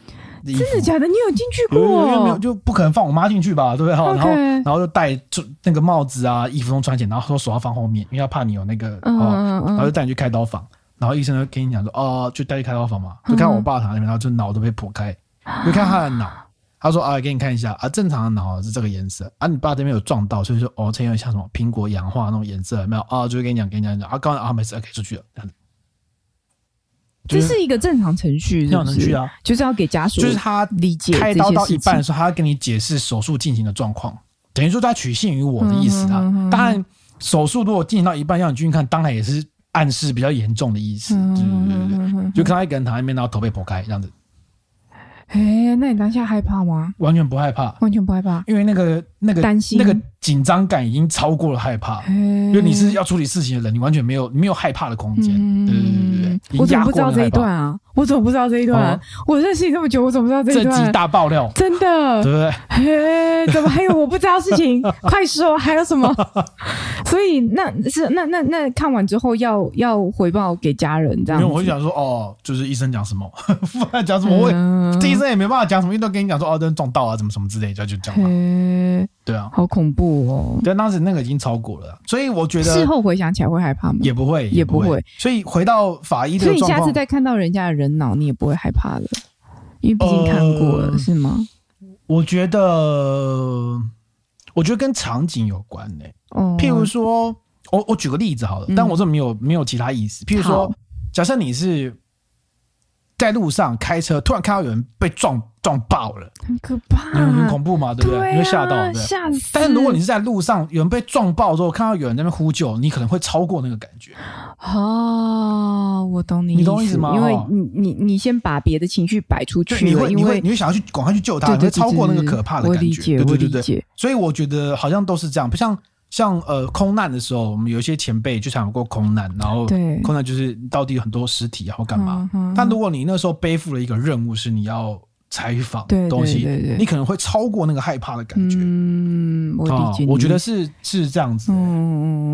S2: 真
S1: 真的假的？你有进去
S2: 有有有有没有
S1: 过？
S2: 就不可能放我妈进去吧，对不对？然后
S1: OK
S2: 然后就戴就那个帽子啊，衣服都穿起来，然后说手要放后面，因为他怕你有那个，
S1: 嗯
S2: 哦，
S1: 嗯
S2: 然后就
S1: 嗯，
S2: 带你去开刀房，然后医生就跟你讲说，哦，就带去开刀房嘛，
S1: 嗯
S2: 就看我爸躺在那边，然后就脑都被剖开，就看他的脑， 他说啊，给你看一下啊，正常的脑是这个颜色啊，你爸这边有撞到，所以说哦，这有点像什么苹果氧化那种颜色，有没有啊，就会跟你讲，跟你讲讲啊，刚刚啊没事，可以出去了，这样子，
S1: 这是一个正常程序，
S2: 很有能去
S1: 去，
S2: 啊，
S1: 就是要给家属
S2: 就是他
S1: 理解
S2: 开
S1: 这
S2: 刀
S1: 些
S2: 到
S1: 事
S2: 一半的
S1: 情。
S2: 时候，他要跟你解释手术进行的状况，等于说他取信于我的意思啊。
S1: 嗯嗯嗯嗯
S2: 当然，手术如果进行到一半要你进去看，当然也是暗示比较严重的意思。
S1: 嗯
S2: 对对对对对，
S1: 嗯嗯嗯
S2: 就看他一个人躺在那边，然后头被剖开，这样子
S1: 哎，那你当下害怕吗？
S2: 完全不害怕，
S1: 完全不害怕，
S2: 因为那个那个
S1: 担心嗯
S2: 那个紧张感已经超过了害怕。
S1: 因
S2: 因为你是要处理事情的人，你完全没有你没有害怕的空间。对对对对对，
S1: 嗯
S2: 已
S1: 我
S2: 经
S1: 怎么
S2: 压
S1: 不知
S2: 过
S1: 道
S2: 了
S1: 这一
S2: 害
S1: 段
S2: 怕。
S1: 啊？我怎么不知道这一段啊？我认识你这么久，我怎么不知道这一
S2: 这集
S1: 段？
S2: 哦
S1: 呃
S2: 大爆料，
S1: 真
S2: 对
S1: 的
S2: 不，对？
S1: 嘿，怎么还有我不知道的事 情？快说，还有什么？所以那是那那那看完之后要要回报给家人这样
S2: 因为
S1: 子。
S2: 我会想说，哦，就是医生讲什么， 不然讲什么，我也
S1: 嗯
S2: 这医生也没办法讲什么，因为都跟你讲说哦，这人撞到啊，怎么什么之类的，就讲嘛。
S1: 嘿，
S2: 对啊，
S1: 好恐怖哦！
S2: 但当时那个已经超过了啊，所以我觉
S1: 事
S2: 得
S1: 后回想起来会害怕吗？
S2: 也不会，
S1: 也
S2: 不
S1: 不会。
S2: 所以回到法医这
S1: 所以
S2: 个
S1: 你
S2: 状
S1: 下次
S2: 况，
S1: 再看到人家的人脑，你也不会害怕了，因为毕竟看过了，
S2: 呃
S1: 是吗？
S2: 我觉得，我觉得跟场景有关呢、
S1: 哦，
S2: 譬如说，我我举个例子好了，
S1: 嗯
S2: 但我这没有没有其他意思。譬如说
S1: 好，
S2: 假设你是在路上开车，突然看到有人被撞撞爆了，
S1: 很可怕，
S2: 你很恐怖嘛，对不对？
S1: 啊
S2: 你会吓到，对不对？
S1: 吓死！
S2: 但是如果你是在路上有人被撞爆之后，看到有人在那边呼救，你可能会超过那个感觉。
S1: 哦，我懂你，
S2: 你懂我意思吗
S1: 因为
S2: 哦
S1: 你你你先把别的情绪摆出
S2: 就
S1: 去
S2: 你
S1: 了，
S2: 会
S1: 因
S2: 你
S1: 为
S2: 会你会想要去赶快去救他，
S1: 对
S2: 你
S1: 对
S2: 会
S1: 对
S2: 超过那个可怕的
S1: 我
S2: 感
S1: 理
S2: 觉。
S1: 解，
S2: 对
S1: 我
S2: 对
S1: 理
S2: 对对。
S1: 解，
S2: 所以我觉得好像都是这样，不像像呃空难的时候，我们有一些前辈就想过空难，然后
S1: 对
S2: 空难就是到底有很多尸体然后干嘛？
S1: 嗯？嗯
S2: 但如果你那时候背负了一个任务是你要采访
S1: 对对
S2: 东西
S1: 对对，
S2: 你可能会超过那个害怕的感觉。
S1: 嗯，我
S2: 啊
S1: 理解，
S2: 我觉得，是是这样子
S1: 嗯
S2: 的，
S1: 嗯嗯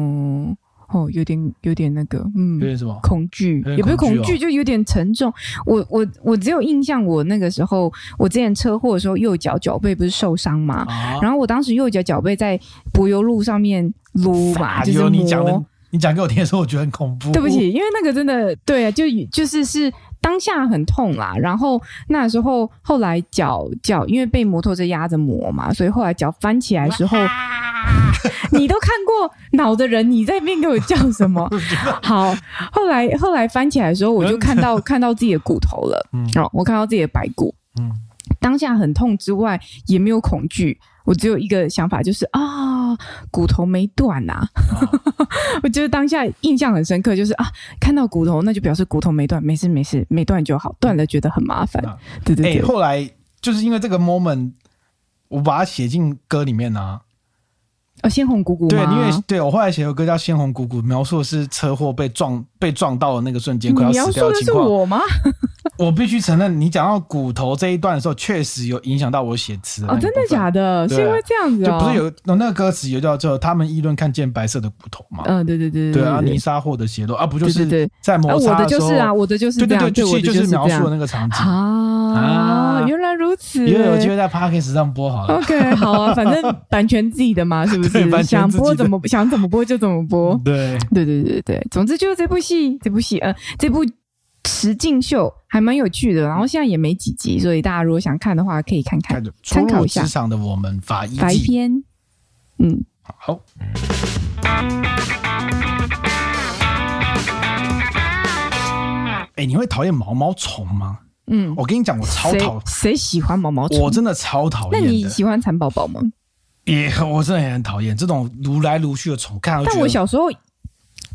S1: 嗯，哦，有点有点那个，嗯
S2: 有，点什么？
S1: 恐惧，
S2: 有点
S1: 也不是
S2: 恐惧
S1: 恐
S2: 哦
S1: 惧，就有点沉重。我我我只有印象，我那个时候我之前车祸的时候，右脚脚背不是受伤嘛，
S2: 啊
S1: 然后我当时右脚脚背在柏油路上面撸嘛，
S2: 法
S1: 就是
S2: 有
S1: 磨。
S2: 哎你讲的，你讲给我听的时候，我觉得很恐 怖。
S1: 对不起，因为那个真的对啊，就就是是当下很痛啦。然后那时候后来脚脚因为被摩托车压着磨嘛，所以后来脚翻起来的时候， 你都看过脑的人，你在那边给我叫什么？好，后来后来翻起来的时候，我就看到看到自己的骨头了，
S2: 嗯
S1: 哦，我看到自己的白骨，
S2: 嗯
S1: 当下很痛之外，也没有恐惧。我只有一个想法，就是啊，骨头没断呐、
S2: 啊
S1: 我觉得当下印象很深刻，就是啊，看到骨头，那就表示骨头没断，没事没事，没断就好，断了觉得很麻烦。
S2: 啊
S1: 对对
S2: 嗯哎，
S1: 对，
S2: 后来就是因为这个 moment，我把它写进歌里面啊。
S1: 哦，鲜红鼓鼓
S2: 对，
S1: 吗？
S2: 因为对我后来写首歌叫《鲜红姑姑》，描述的是车祸被撞被撞到的那个瞬间，快
S1: 你
S2: 死
S1: 要
S2: 掉
S1: 说
S2: 的
S1: 的是
S2: 情况。
S1: 我吗？
S2: 我必须承认，你讲到骨头这一段的时候，确实有影响到我写词。
S1: 哦，真的假
S2: 的
S1: 的？
S2: 对
S1: 是因为这样子
S2: 那
S1: 哦？
S2: 部分？就不是有有那个歌词有叫做“他们议论看见白色的骨头”嘛？
S1: 嗯，对对对
S2: 对啊，
S1: 对
S2: 泥沙或的血肉啊，不就
S1: 对对
S2: 是
S1: 对
S2: 在
S1: 啊，
S2: 摩
S1: 我
S2: 擦
S1: 的
S2: 时
S1: 就
S2: 候？
S1: 是啊，我的就是
S2: 对
S1: 这
S2: 对
S1: 样，
S2: 对，
S1: 我
S2: 其
S1: 的
S2: 实就是
S1: 这
S2: 描述
S1: 样
S2: 的那个场景。
S1: 啊
S2: 啊，
S1: 原来如此，
S2: 因为有机会在 Parkes 上播好了。
S1: OK，好啊，反正版权自己的 嘛，是不
S2: 对
S1: 是？
S2: 版权
S1: 想
S2: 自己的
S1: 播怎么想怎么播就怎么播。
S2: 对，
S1: 对对对对，总之就是这部戏，这部戏，呃，这部实境秀还蛮有趣的。然后现在也没几集，所以大家如果想看的话，可以看看
S2: 看着初
S1: 参考
S2: 入
S1: 一下
S2: 职场的我们法医
S1: 白
S2: 记。
S1: 篇。嗯，
S2: 好，哎，你会讨厌毛毛虫吗？
S1: 嗯
S2: 我跟你讲，我哦超
S1: 谁
S2: 讨，
S1: 谁喜欢毛毛虫？
S2: 我真的超讨
S1: 那
S2: 厌
S1: 你
S2: 的。
S1: 喜欢蚕宝宝吗？
S2: 也，我真的也很讨厌这种如来如去的虫，看到就
S1: 但
S2: 觉
S1: 我
S2: 得
S1: 小时候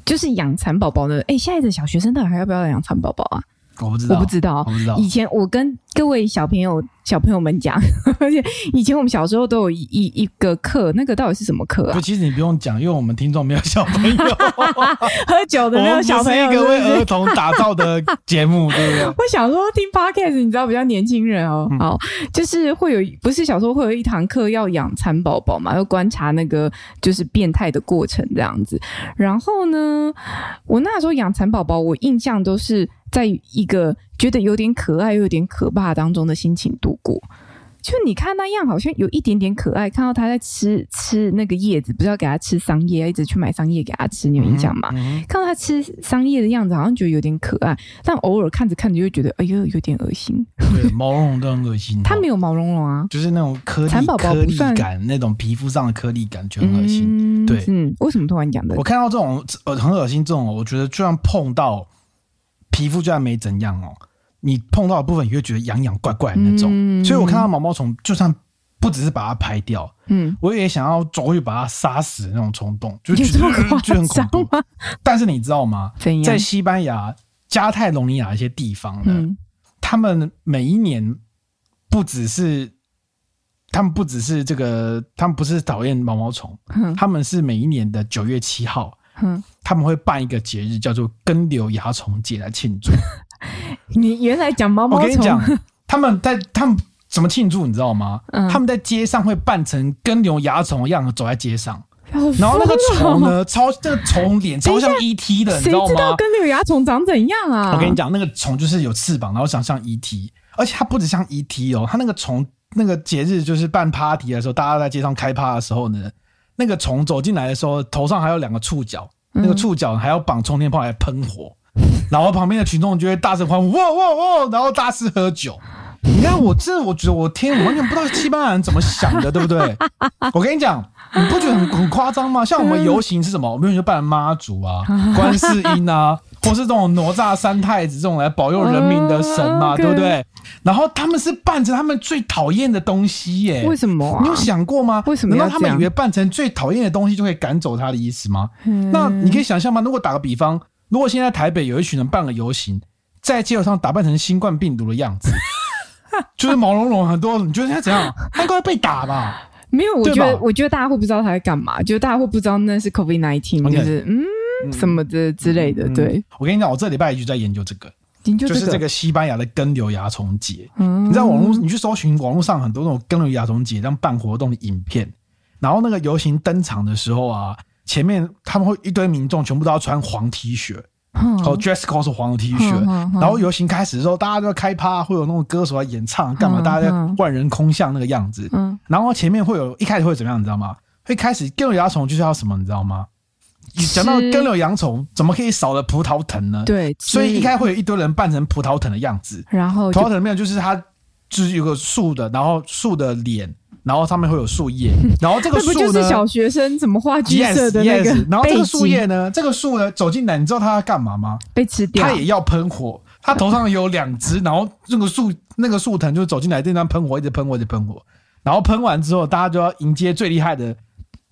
S1: 就是养蚕宝宝的。哎，现在的小学生到底还要不要养蚕宝宝啊？
S2: 我不知
S1: 我
S2: 道，
S1: 不知道
S2: 我，不知道
S1: 以前我跟各位小朋友小朋友们讲， 而且以前我们小时候都有一一一个课，那个到底是什么课啊
S2: 不，？其实你不用讲，因为我们听众没有小朋友，
S1: 喝酒
S2: 我
S1: 的那
S2: 们
S1: 种小
S2: 不
S1: 朋
S2: 是
S1: 友
S2: 一
S1: 是
S2: 个
S1: 哦不
S2: 为
S1: 是
S2: 儿童打造的节目，对 不对？
S1: 我想说听 podcast，你知道比较年轻人哦，好，就是会有不是小时候会有一堂课要养蚕宝宝嘛，要观察那个就是变态的过程这样子。然后呢，我那时候养蚕宝宝，我印象都是。在一个觉得有点可爱又有点可怕当中的心情度过。就你看那样，好像有一点点可爱。看到他在吃吃那个叶子，不是要给他吃桑叶，一直去买桑叶给他吃，你有印象吗？
S2: 嗯
S1: 看到他吃桑叶的样子，好像觉得有点可爱，但偶尔看着看着又觉得，哎呦，有点恶心。
S2: 对， 毛茸茸的很恶心哦。
S1: 他没有毛茸茸啊，
S2: 就是那种颗粒
S1: 蚕宝宝
S2: 颗
S1: 不
S2: 粒
S1: 算
S2: 感，那种皮肤上的颗粒感，就很恶心。
S1: 嗯
S2: 对
S1: 嗯，为什么突然讲的
S2: 我？看到这种呃很恶心这种，我觉得就算碰到皮肤，就算没怎样哦，你碰到的部分也会觉得痒痒怪怪的那种。
S1: 嗯
S2: 所以我看到毛毛虫，就算不只是把它拍掉，
S1: 嗯，
S2: 我也想要走过去把它杀死的那种冲动，就
S1: 有
S2: 觉
S1: 这么
S2: 得呃
S1: 夸
S2: 就很恐
S1: 张
S2: 怖。
S1: 吗？
S2: 但是你知道吗？
S1: 怎样
S2: 在？西班牙加泰隆尼亚一些地方呢，
S1: 嗯，
S2: 他们每一年不只是他们不只是这个，他们不是讨厌毛毛虫，
S1: 哼
S2: 他们是每一年的九月七号，
S1: 哼，
S2: 他们会办一个节日叫做根瘤蚜虫节来庆祝。
S1: 你原来讲毛
S2: 我
S1: 毛
S2: 跟你讲
S1: 虫，，
S2: 他们在他们怎么庆祝，你知道吗？
S1: 嗯
S2: 他们在街上会扮成跟牛蚜虫一样走在街上，
S1: 然
S2: 然后那个 虫？呢，超那个虫脸超像 ET 的，你
S1: 谁
S2: 道
S1: 知道
S2: 吗？
S1: 跟瘤蚜虫长怎样啊？
S2: 我跟你讲，那个虫就是有翅膀，然后长像 ET，而且它不止像 ET 哦，它那个虫那个节日就是办 party 的时候，大家在街上开趴的时候呢，那个虫走进来的时候，头上还有两个触角，那个触角还要绑冲天炮来喷火，然后旁边的群众就会大声欢呼，哇哇哇，然后大肆喝酒。你看我这，我觉得我天，我完全不知道西班牙人怎么想的，对 不对？我跟你讲，你不觉得很很夸张吗？像我们游行是什么？我们游行就办妈祖 啊、观世音啊，或是这种哪吒三太子这种来保佑人民的神嘛，
S1: 哦，OK
S2: 对不对？然后他们是扮成他们最讨厌的东西耶、
S1: 为什么啊？
S2: 你有想过吗？
S1: 为什么要
S2: 难道他
S1: 这
S2: 们
S1: 样
S2: 以为扮成最讨厌的东西就可以赶走他的意思吗？
S1: 嗯
S2: 那你可以想象吗？如果打个比方，如果现在台北有一群人办个游行，在街头上打扮成新冠病毒的 样子，就是毛茸茸很多，你觉得他怎样？他应该会被打吧？
S1: 没有，我
S2: 对
S1: 觉得
S2: 吧
S1: 我觉得大家会不知道他在干嘛，就是大家会不知道那是 COVID nineteen，
S2: OK
S1: 就是嗯什么的之类的。
S2: 嗯
S1: 对，
S2: 我跟你讲，我这礼拜一直在研究这个，
S1: 研究
S2: 就是这
S1: 个，
S2: 个西班牙的根瘤蚜虫节。
S1: 嗯
S2: 你知道网络，你去搜寻网络上很多那种跟了亚虫节这样办活动的影片，然后那个游行登场的时候啊，前面他们会一堆民众全部都要穿黄 T 恤，哦，dress code 是黄的 T 恤
S1: 嗯嗯，嗯
S2: 然后游行开始的时候，大家都要开趴，会有那种歌手来啊演唱，干嘛？
S1: 嗯
S2: 大家在
S1: 嗯
S2: 万人空巷那个样子，
S1: 嗯，
S2: 然后前面会有一开始会怎么样，你知道吗？会开始根瘤蚜虫就是要什么，你知道吗？讲到
S1: 吃
S2: 根瘤蚜虫，怎么可以少了葡萄藤呢？
S1: 对，
S2: 所以一
S1: 吃
S2: 开始会有一堆人扮成葡萄藤的样子，
S1: 然后
S2: 葡萄
S1: 就
S2: 藤面就是它就是有个树的，然后树的脸，然后上面会有 树叶，然后这个
S1: 那不
S2: 树
S1: 就是
S2: 呢
S1: 小学生怎么画剧
S2: yes,
S1: 社的那个
S2: yes, 然后这
S1: 背
S2: 个树
S1: 景
S2: 叶呢，这个树呢走进来，你知道它要干嘛吗？
S1: 被吃掉
S2: 它，也要喷火，它头上有两只，然后那个树那个树藤就走进来，这张喷火，一直喷火，一直喷火，然后喷完之后，大家就要迎接最厉害的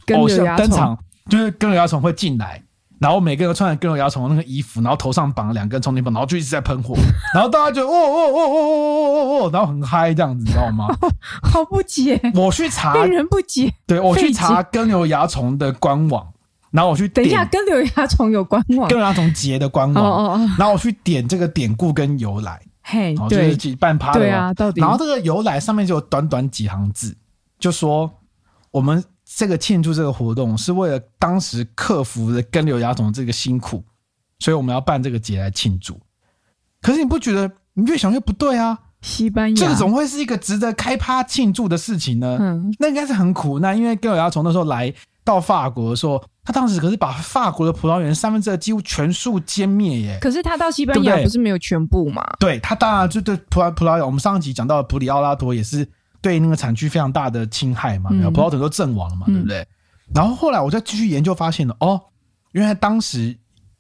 S1: 跟
S2: 偶
S1: 瘤
S2: 像
S1: 蚜
S2: 登
S1: 虫
S2: 场，就是跟瘤蚜虫会进来，然后每个人都穿着跟瘤蚜虫的那个衣服，然后头上绑了两根充电棒，然后就一直在喷火，然后大家就哦哦哦哦哦哦哦哦，然后很嗨这样子，你知道吗？
S1: 好不解，
S2: 我去查，
S1: 令人不解。
S2: 对我
S1: 费
S2: 去
S1: 解
S2: 查跟瘤蚜虫的官网，然后我去
S1: 等
S2: 点
S1: 一下，跟瘤蚜虫有关网
S2: 跟。瘤蚜虫节的官
S1: 哦
S2: 网，
S1: 哦哦，
S2: 然后我去点这个典故跟由来，
S1: 嘿
S2: 然后，哦就是
S1: 对
S2: 举办趴的
S1: 对
S2: 嘛
S1: 啊，到底
S2: 然后这个由来上面就有短短几行字，就说我们这个庆祝这个活动是为了当时克服了跟瘤蚜虫这个辛苦，所以我们要办这个节来庆祝。可是你不觉得你越想越不对啊？
S1: 西班牙
S2: 这个怎么会是一个值得开趴庆祝的事情呢？
S1: 嗯
S2: 那应该是很苦难，因为跟瘤蚜虫那时候来到法国的时候，他当时可是把法国的葡萄园三分之二几乎全数歼灭耶。
S1: 可是他到西
S2: 对
S1: 班
S2: 不
S1: 牙
S2: 对
S1: 不是没有全部嘛？
S2: 对他当然就对葡萄葡萄牙，我们上一集讲到的普里奥拉多也是对那个产区非常大的侵害嘛，
S1: 嗯
S2: 然后葡萄藤都阵亡了嘛，
S1: 嗯
S2: 对不对？然后后来我再继续研究，发现了哦，原来当时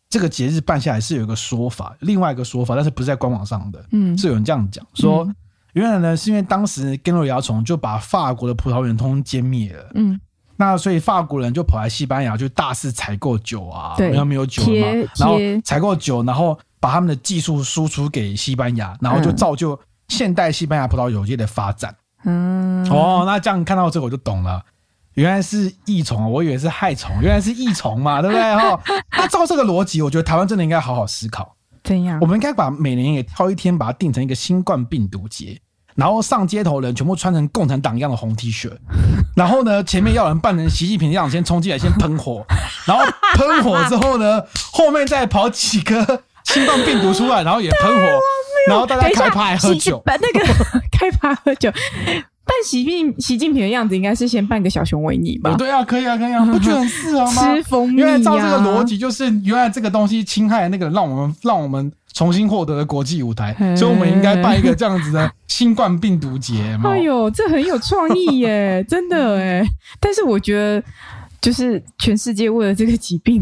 S2: 这个节日办下来是有一个说法，另外一个说法，但是不是在官网上的，
S1: 嗯
S2: 是有人这样讲说，原来呢是因为当时根瘤蚜虫就把法国的葡萄园通通歼灭了，
S1: 嗯，
S2: 那所以法国人就跑来西班牙，就大肆采购酒啊，
S1: 对
S2: 因为他们有酒了
S1: 贴
S2: 嘛，然后
S1: 贴
S2: 采购酒，然后把他们的技术输出给西班牙，然后就
S1: 嗯
S2: 造就现代西班牙葡萄酒业的发展。
S1: 嗯，
S2: 哦，那这样看到这个我就懂了。原来是益虫，我以为是害虫，原来是益虫嘛，对不对？哦，那照这个逻辑，我觉得台湾真的应该好好思考，
S1: 怎样
S2: 我？们应该把每年也挑一天，把它定成一个新冠病毒节，然后上街头的人全部穿成共产党一样的红 T 恤， 然后呢，前面要有人扮成习近平一样 先冲进来，先喷火，然后喷火之后呢，后面再跑几个新冠病毒出来，然后也喷
S1: 啊
S2: 火，然后大家
S1: 等一下
S2: 开趴还喝
S1: 习近
S2: 酒，
S1: 把那个 开趴喝酒，扮习近习近平的样子，应该是先扮个小熊维尼吧
S2: 哦，对啊，可以啊，可以啊，不觉得很适合 吗？
S1: 吃蜂蜜、
S2: 原
S1: 啊。
S2: 来照这个逻，辑，就是原来这个东西侵害那个让我们让我们重新获得了国际舞台，
S1: 嗯
S2: 所以我们应该办一个这样子的新冠病毒节嘛
S1: 哎。呦，这很有创意 耶，真的哎。但是我觉得。就是全世界为了这个疾病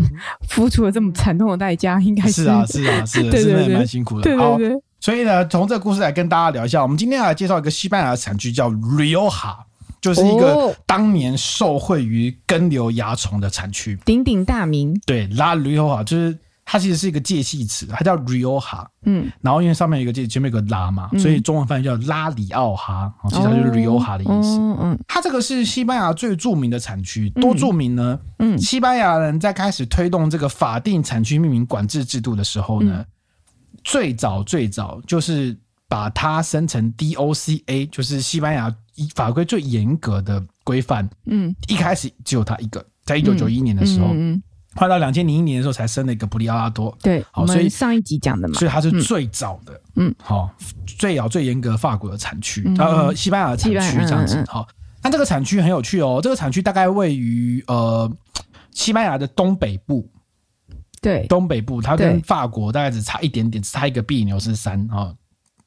S1: 付出了这么惨痛的代价，应该
S2: 是啊，是啊，是啊，
S1: 对对
S2: 真的也
S1: 对
S2: 蛮辛苦
S1: 对
S2: 的。
S1: 对
S2: 好，
S1: 对，
S2: 所以呢，从这个故事来跟大家聊一下，我们今天要来介绍一个西班牙的产区叫 Rioja，就是一
S1: 哦
S2: 个当年受惠于根瘤蚜虫的产区。
S1: 鼎鼎大名，
S2: 对，La Rioja 就是它其实是一个介系词，它叫 Rioja。
S1: 嗯，
S2: 然后因为上面有一个介，前面有个拉嘛，所以中文翻译叫拉里奥哈，哦其实它就是 Rioja 的意思。
S1: 嗯嗯
S2: 它这个是西班牙最著名的产区，多著名呢？
S1: 嗯
S2: 西班牙人在开始推动这个法定产区命名管制制度的时候
S1: 嗯
S2: 呢，最早最早就是把它生成 DOCA，就是西班牙法规最严格的规范。
S1: 嗯，
S2: 一开始只有它一个，在一九九一年的时候，
S1: 嗯嗯嗯
S2: 快到两千零一年的时候才生了一个布里奥拉多，
S1: 对，
S2: 好
S1: 我
S2: 所以
S1: 们上一集讲的嘛，
S2: 所以它是最早的，
S1: 嗯，
S2: 好、最早最严格法国的产区，
S1: 嗯
S2: 呃，西班牙的产
S1: 西
S2: 区
S1: 班牙
S2: 这样子
S1: 嗯嗯，
S2: 好、那这个产区很有趣哦，这个产区大概位于呃西班牙的东北部，
S1: 对，
S2: 东北部它跟
S1: 对
S2: 法国大概只差一点点，只差一个比利牛斯山啊、哦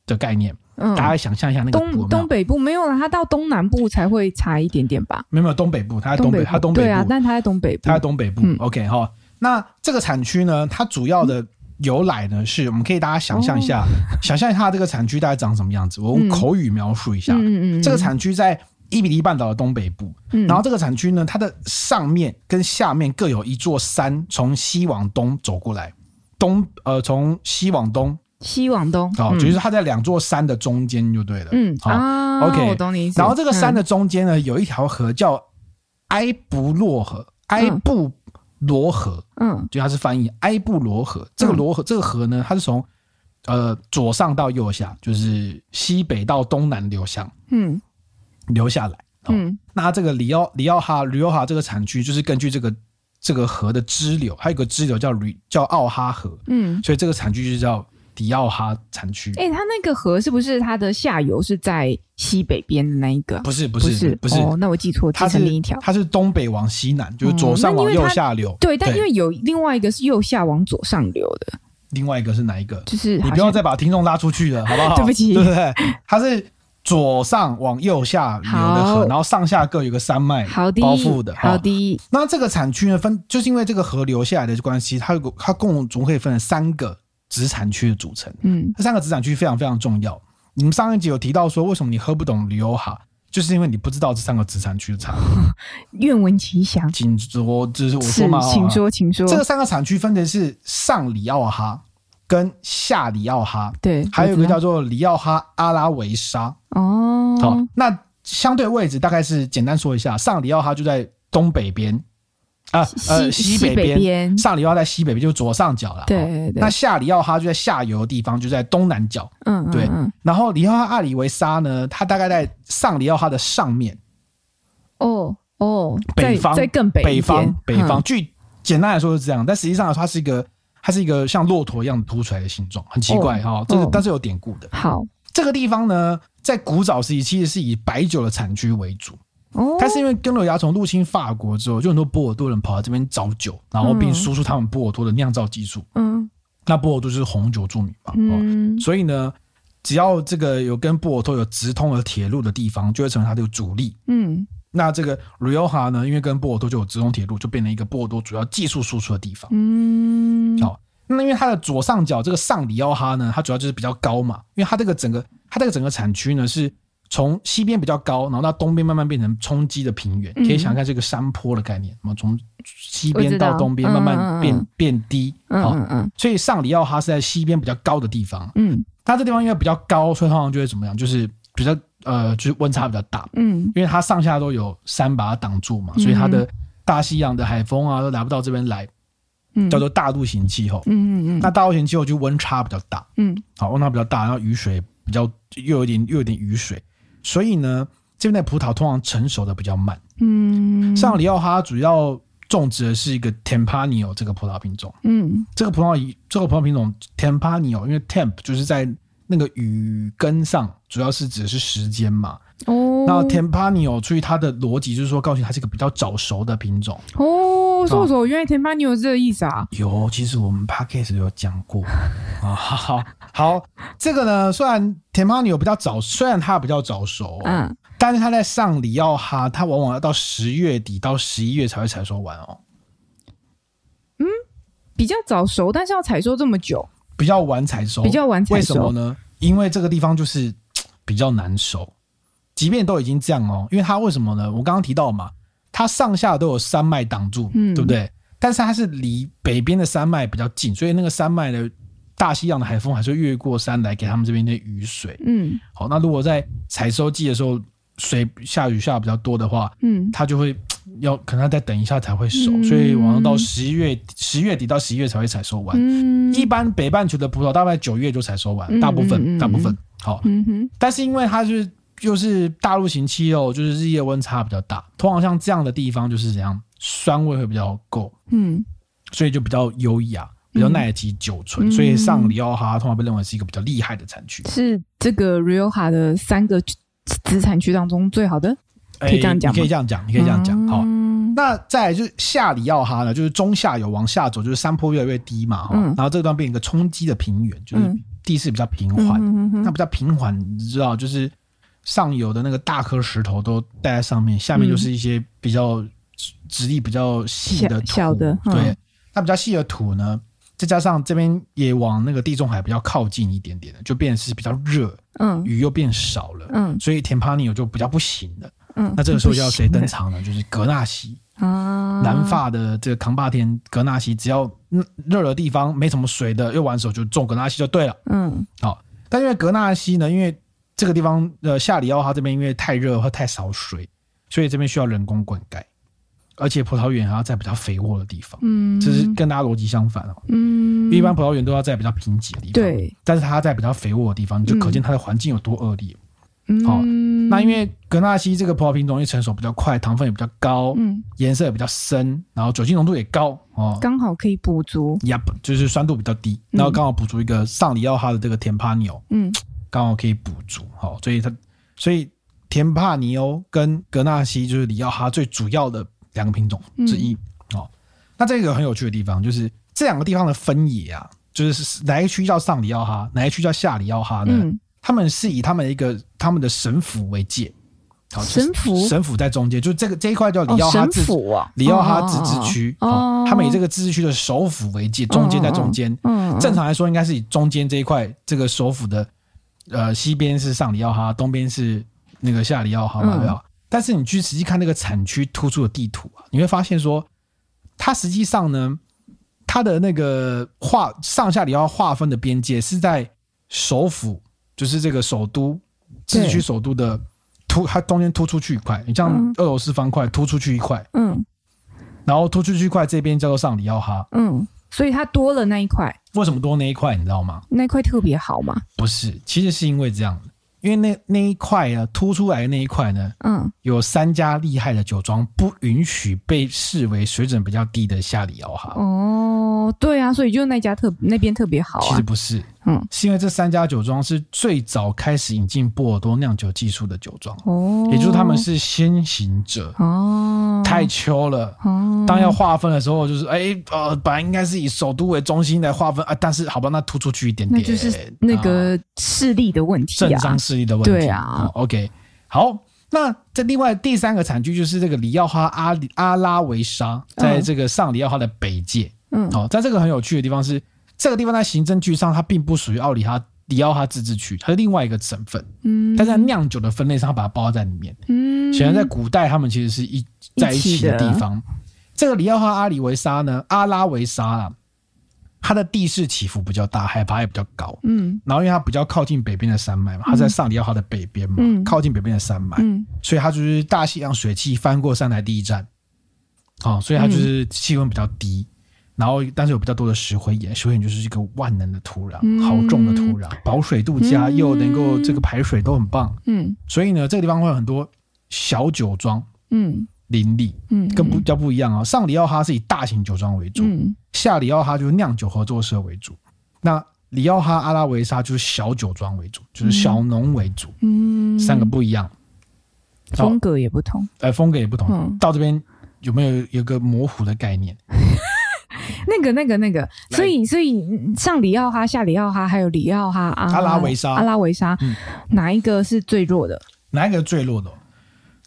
S2: 的概念，
S1: 嗯，
S2: 大家想象一下那个图有没有
S1: 东东北部没有了，它到东南部才会差一点点吧？
S2: 没有没有东北部，它在东
S1: 北
S2: 北，
S1: 部
S2: 它东北
S1: 对啊
S2: 部，，
S1: 但它在东北部
S2: 它在，东北部、
S1: 嗯
S2: o k 哈、那这个产区呢，它主要的由来呢，是我们可以大家想象一
S1: 哦
S2: 下， 想象一下它这个产区大概长什么样子。我用
S1: 嗯
S2: 口语描述一下，
S1: 嗯嗯嗯
S2: 这个产区在伊比利半岛的东北部，
S1: 嗯
S2: 然后这个产区呢，它的上面跟下面各有一座山，从西往东走过来，东呃从西往东，
S1: 西往东，
S2: 哦，
S1: 嗯
S2: 就是它在两座山的中间就对了，
S1: 嗯
S2: 好、
S1: 啊
S2: OK
S1: 我懂你意思。
S2: 然后这个山
S1: 嗯
S2: 的中间呢，有一条河叫埃布洛河，埃布罗河。
S1: 嗯
S2: 就它是翻译埃布罗河。这个罗河，这个河呢，它是从呃左上到右下，就是西北到东南流向
S1: 嗯
S2: 流下来。哦、
S1: 嗯
S2: 那这个里奥里奥哈里奥哈这个产区，就是根据这个这个河的支流，还有一个支流叫吕叫奥哈河，
S1: 嗯，
S2: 所以这个产区就叫迪奥哈产区。
S1: 哎，它那个河是不是它的下游是在西北边的那一个？
S2: 不是不
S1: 不
S2: 是不是，
S1: 哦，那我记错，
S2: 它
S1: 记
S2: 是
S1: 成另一条。
S2: 它是东北往西南，就是左
S1: 哦那
S2: 上
S1: 因
S2: 往
S1: 为
S2: 右
S1: 它
S2: 下流。
S1: 对，但因为有另外一个是右下往左上流的，
S2: 另外一个是哪一个？
S1: 就是
S2: 你
S1: 好
S2: 不要
S1: 像
S2: 再把听众拉出去了，好不好？
S1: 对不起
S2: 对不对？它是左上往右下流的河，
S1: 好
S2: 然后上下各有一个山脉
S1: 好的
S2: 包覆的。
S1: 好
S2: 哦
S1: 的，
S2: 那这个产区呢，分就是因为这个河流下来的关系，它有个它共总可以分成三个子产区的组成。
S1: 嗯
S2: 这三个子产区非常非常重要。你们上一集有提到说，为什么你喝不懂旅游哈，就是因为你不知道这三个子产区的差别。
S1: 愿闻其详。
S2: 请说，就是我
S1: 是
S2: 说嘛，，
S1: 请
S2: 哦
S1: 说，请说。
S2: 这个三个产区分别是上里奥哈跟下里奥哈，
S1: 对，
S2: 还有
S1: 我
S2: 一个
S1: 知道
S2: 叫做里奥哈阿拉维沙。
S1: 哦，
S2: 好、那相对位置大概是简单说一下，上里奥哈就在东北边，啊呃
S1: 西
S2: 北
S1: 北边
S2: 上里奥在西北边就是左上角啦。
S1: 对
S2: 哦
S1: 对对
S2: 那下里奥哈就在下游的地方，就在东南角。
S1: 嗯，嗯
S2: 对，
S1: 嗯
S2: 然后里奥哈阿里维沙呢，它大概在上里奥哈的上面，
S1: 哦哦，
S2: 北
S1: 再
S2: 方，
S1: 再更北
S2: 北
S1: 一嗯
S2: 方
S1: 点，
S2: 北方。，据简单来说是这样，但实际上来说它是一个，它是一个像骆驼一样凸出来的形状，很奇怪哈、哦这个、
S1: 哦
S2: 但是有典故的。
S1: 嗯好
S2: 这个地方呢，在古早时期其实是以白酒的产区为主，
S1: 哦，
S2: 但是因为根瘤蚜虫入侵法国之后，就很多波尔多人跑到这边找酒，然后并输出他们波尔多的酿造技术。
S1: 嗯
S2: 那波尔多就是红酒著名嘛，哦，
S1: 嗯
S2: 所以呢，只要这个有跟波尔多有直通的铁路的地方，就会成为它的主力。
S1: 嗯
S2: 那这个 Rioja 呢，因为跟波尔多就有直通铁路，就变成一个波尔多主要技术输出的地方。
S1: 嗯，
S2: 好、那因为它的左上角这个上里奥哈呢，它主要就是比较高嘛，因为它这个整个它这个整个产区呢是从西边比较高，然后到东边慢慢变成冲击的平原，
S1: 嗯
S2: 可以想看这个山坡的概念，那么从西
S1: 我
S2: 边
S1: 知道
S2: 到东边慢慢
S1: 嗯嗯
S2: 变、
S1: 嗯
S2: 变低，
S1: 嗯
S2: 好、
S1: 嗯嗯
S2: 所以上里奥哈是在西边比较高的地方，
S1: 嗯
S2: 它这地方因为比较高，所以通常就会怎么样，就是比较呃就是温差比较大，
S1: 嗯，
S2: 因为它上下都有山把它挡住嘛，所以它的大西洋的海风啊都来不到这边来，
S1: 嗯
S2: 叫做大陆型气候。
S1: 嗯嗯嗯
S2: 那大陆型气候就温差比较大，
S1: 嗯
S2: 好，温差比较大，然后雨水比较又有点又有点雨水，所以呢，这边的葡萄通常成熟的比较慢。
S1: 嗯，
S2: 上里奥哈主要种植的是一个 Tempranillo 这个葡萄品种。
S1: 嗯
S2: 这个葡萄这个葡萄品种 Tempranillo，因为 Temp 就是在那个雨根上，主要是指的是时间嘛。
S1: 哦，
S2: 那 Tempranillo 出于它的逻辑，就是说告诉你它是一个比较早熟的品种。
S1: 哦，瘦手原来甜巴你有这个意思啊？
S2: 有，其实我们 podcast 有讲过 啊。好好好，这个呢，虽然 Tempranillo 比较早，虽然它比较早熟、嗯，
S1: 嗯，
S2: 但是它在上里奥哈，它往往要到十月底到十一月才会采收完哦。
S1: 比较早熟，但是要采收这么久，
S2: 比较晚采收，
S1: 比较晚采
S2: 哦为什么
S1: 收。
S2: 呢？因为这个地方就是比较难熟，即便都已经这样哦，因为它为什么呢？我刚刚提到嘛，它上下都有山脉挡住，
S1: 嗯
S2: 对不对？但是它是离北边的山脉比较近，所以那个山脉的大西洋的海风还是会越过山来给他们这边的雨水。
S1: 嗯
S2: 好，那如果在采收季的时候水下雨下得比较多的话，
S1: 嗯，
S2: 它就会要可能要再等一下才会熟，
S1: 嗯
S2: 所以往上到十一月十月底到十一月才会采收完。
S1: 嗯
S2: 一般北半球的葡萄大概九月就采收完，
S1: 嗯
S2: 大部分、
S1: 嗯嗯
S2: 大部分好，
S1: 嗯哼，
S2: 但是因为它是又是大陆型气候，就是日夜温差比较大，通常像这样的地方就是怎样酸味会比较够，
S1: 嗯
S2: 所以就比较优雅，比较耐得及久存，所以上里奥哈通常被认为是一个比较厉害的产区，
S1: 是这个 Rioja 的三个子产区当中最好的，可以这样讲
S2: 哎你可以这样讲，你可以这样讲，好。
S1: 嗯
S2: 那再来就是下里奥哈呢，就是中下游往下走，就是山坡越来越低嘛，哈、
S1: 嗯
S2: 然后这段变一个冲击的平原，就是
S1: 嗯
S2: 地势比较平
S1: 嗯
S2: 缓，
S1: 嗯嗯
S2: 那
S1: 嗯
S2: 比较平缓，你知道，就是上游的那个大颗石头都带在上面，下
S1: 嗯
S2: 面就是一些比较质地比较细的土，
S1: 小小的嗯
S2: 对，那比较细的土呢，再加上这边也往那个地中海比较靠近一点点的，就变成是比较热，
S1: 嗯
S2: 雨又变少了，
S1: 嗯
S2: 所以田帕尼有就比较不行了。
S1: 嗯，
S2: 那这个时候就要谁登
S1: 不行
S2: 场呢？就是格纳西，
S1: 了啊？
S2: 南法的这个扛把田格纳西，只要嗯热的地方没什么水的，又玩手就种格纳西就对了。
S1: 嗯
S2: 但因为格纳西呢，因为这个地方呃夏里奥它这边因为太热和太少水，所以这边需要人工灌溉，而且葡萄园还要在比较肥沃的地方，
S1: 嗯，
S2: 这是跟大家逻辑相反哦。
S1: 嗯
S2: 一般葡萄园都要在比较贫瘠的地方，，
S1: 对，
S2: 但是它在比较肥沃的地方，就可见它的环境有多恶劣。好
S1: 嗯
S2: 那因为格纳西这个葡萄品种，因为成熟比较快，糖分也比较高，
S1: 嗯
S2: 颜色也比较深，然后酒精浓度也高哦。
S1: 刚好可以补足，
S2: Yep，就是酸度比较低，然后刚好补足一个上里奥哈的这个甜帕牛，
S1: 嗯
S2: 刚好可以补足，好、所以它所以甜帕尼欧跟格纳西就是里奥哈最主要的两个品种之
S1: 嗯
S2: 一，哦。那这个很有趣的地方就是这两个地方的分野啊，就是哪一区叫上里奥哈，哪一区叫下里奥哈呢？
S1: 嗯
S2: 他们是以他们一个他们的神府为界，好，就是
S1: 神府
S2: 神府在中间，就这个这一块叫里
S1: 哦
S2: 奥哈
S1: 神
S2: 自治，
S1: 府啊，
S2: 里奥哈自治区，
S1: 哦哦哦
S2: 哦，他们以这个自治区的首府为界，中间在中间，
S1: 嗯，
S2: 正常来说应该是以中间这一块这个首府的，呃，西边是上里奥哈，东边是那个下里奥哈嘛，
S1: 嗯
S2: 对吧？但是你去实际看那个产区突出的地图啊，你会发现说，它实际上呢，它的那个划上下里奥划分的边界是在首府，就是这个首都自治区
S1: 对
S2: 首都的突，它中间突出去一块，你像
S1: 嗯
S2: 俄罗斯方块突出去一块，
S1: 嗯
S2: 然后突出去一块这边叫做上里奥哈，
S1: 嗯，所以它多了那一块，
S2: 为什么多那一块，你知道吗？
S1: 那一块特别好嘛，
S2: 不是，其实是因为这样，因为那那一块呢，凸出来的那一块呢，
S1: 嗯
S2: 有三家厉害的酒庄不允许被视为水准比较低的下里奥哈。
S1: 哦，对啊，所以就那家特那边特别好
S2: 其
S1: 啊
S2: 实，不是，
S1: 嗯
S2: 是因为这三家酒庄是最早开始引进波尔多酿酒技术的酒庄，
S1: 哦，
S2: 也就是他们是先行者，
S1: 哦
S2: 太秋了。
S1: 哦，
S2: 当要划分的时候，就是哎、呃，本来应该是以首都为中心来划分啊，但是好吧，那突出去一点
S1: 那
S2: 点，
S1: 就是那
S2: 啊
S1: 个势力的问题
S2: 政
S1: 啊
S2: 商，势力的问题。
S1: 对啊
S2: 哦、，OK，好。那这另外第三个产区就是这个里奥哈阿里阿拉维沙，在这个上里奥哈的北界。
S1: 嗯
S2: 好、在这个很有趣的地方是，这个地方在行政区上它并不属于奥里哈里奥哈自治区，它是另外一个省份，
S1: 嗯
S2: 但在酿酒的分类上，它把它包在里面。
S1: 嗯，
S2: 显然，在古代他们其实是一在一起的地方。这个里奥哈阿里维沙呢，阿拉维沙啊，它的地势起伏比较大，海拔也比较高。
S1: 嗯
S2: 然后因为它比较靠近北边的山脉嘛，它在上里奥哈的北边嘛，
S1: 嗯
S2: 靠近北边的山脉，
S1: 嗯
S2: 所以它就是大西洋水汽翻过山来第一站，哦，所以它
S1: 嗯
S2: 就是气温比较低，然后但是有比较多的石灰岩，石灰岩就是一个万能的土壤，
S1: 嗯
S2: 好种的土壤，保水度佳，
S1: 嗯
S2: 又能够这个排水都很棒，
S1: 嗯
S2: 所以呢，这个地方会有很多小酒庄。
S1: 嗯
S2: 林立，
S3: 嗯，
S2: 跟不比较不一样啊、上里奥哈是以大型酒庄为主，
S3: 嗯
S2: 下里奥哈就是酿酒合作社为主，那里奥哈阿拉维沙就是小酒庄为主，就是小农为主，
S3: 嗯
S2: 三个不一样，好
S1: 风格也不同。
S2: 呃，风格也不同。
S3: 嗯
S2: 到这边有没有有个模糊的概念？
S1: 那个、那个、那个，
S2: 来
S1: 所以所以嗯上里奥哈、下里奥哈，还有里奥哈、阿
S2: 阿拉维沙
S1: 阿拉维沙，
S2: 嗯
S1: 哪一个是最弱的？
S2: 哪一个最弱的？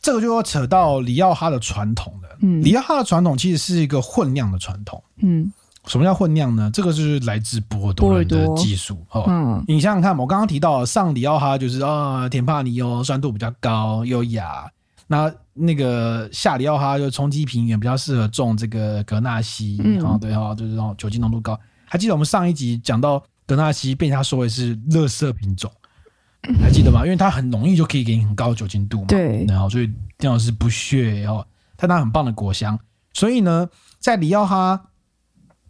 S2: 这个就要扯到里奥哈的传统了。
S3: 嗯
S2: 里奥哈的传统其实是一个混酿的传统。
S3: 嗯
S2: 什么叫混酿呢？这个就是来自波尔多人
S1: 波
S2: 的
S1: 尔多
S2: 技术哦。
S3: 嗯
S2: 你想想看嘛，我刚刚提到上里奥哈就是啊、甜帕尼哦，酸度比较高，优雅。那那个下里奥哈就冲击平原，比较适合种这个格纳西，
S3: 嗯
S2: 哦对哦，就是那种酒精浓度高。还记得我们上一集讲到格纳西被他说为是垃圾品种，还记得吗？因为它很容易就可以给你很高的酒精度嘛。
S3: 对
S2: 然后所以丁老师不屑哦，但它很棒的果香。所以呢，在里奥哈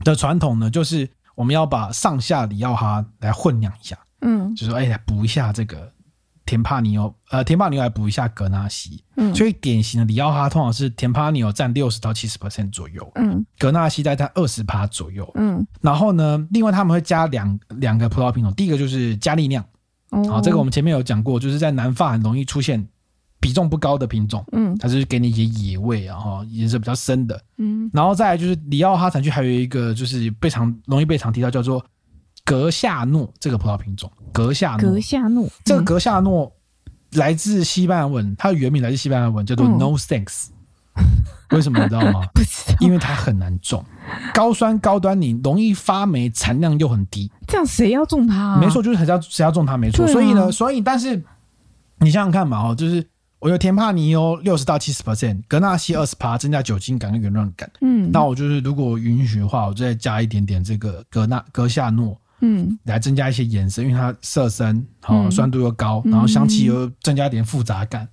S2: 的传统呢，就是我们要把上下里奥哈来混酿一下，
S3: 嗯
S2: 就是说哎，来补一下这个甜帕尼欧，呃，甜帕尼欧来补一下格纳西。
S3: 嗯
S2: 所以典型的里奥哈通常是甜帕尼欧占六十到七十 percent 左右，
S3: 嗯
S2: 格纳西在占二十趴左右。
S3: 嗯，
S2: 然后呢，另外他们会加两两个葡萄品种，第一个就是加利酿，好、
S3: 哦，
S2: 这个我们前面有讲过，就是在南法很容易出现比重不高的品种。
S3: 嗯
S2: 它就是给你一些野味啊，然后颜色比较深的。
S3: 嗯
S2: 然后再来就是里奥哈产区还有一个就是被常容易被常提到叫做格夏诺这个葡萄品种，格夏诺
S1: 格。夏诺，
S2: 这个
S1: 嗯
S2: 格夏诺来自西班牙文，它的原名来自西班牙文，叫做
S3: 嗯
S2: No thanks。为什么你知道吗？
S1: 不知道
S2: 因为它很难种，高酸高端，你容易发霉，产量又很低。
S1: 这样谁要中他、啊？
S2: 没错，，就是谁要谁要中它没错。
S1: 对啊
S2: 所以呢，所以但是你想想看嘛，哦，就是我有甜帕尼欧六十到七十 percent，格纳西二十趴，增加酒精感跟原味感。
S3: 嗯，
S2: 那我就是如果允许的话，我再加一点点这个格纳格夏诺
S3: 嗯
S2: 来增加一些颜色，因为它色深，哦，
S3: 嗯
S2: 酸度又高，然后香气又增加一点复杂感，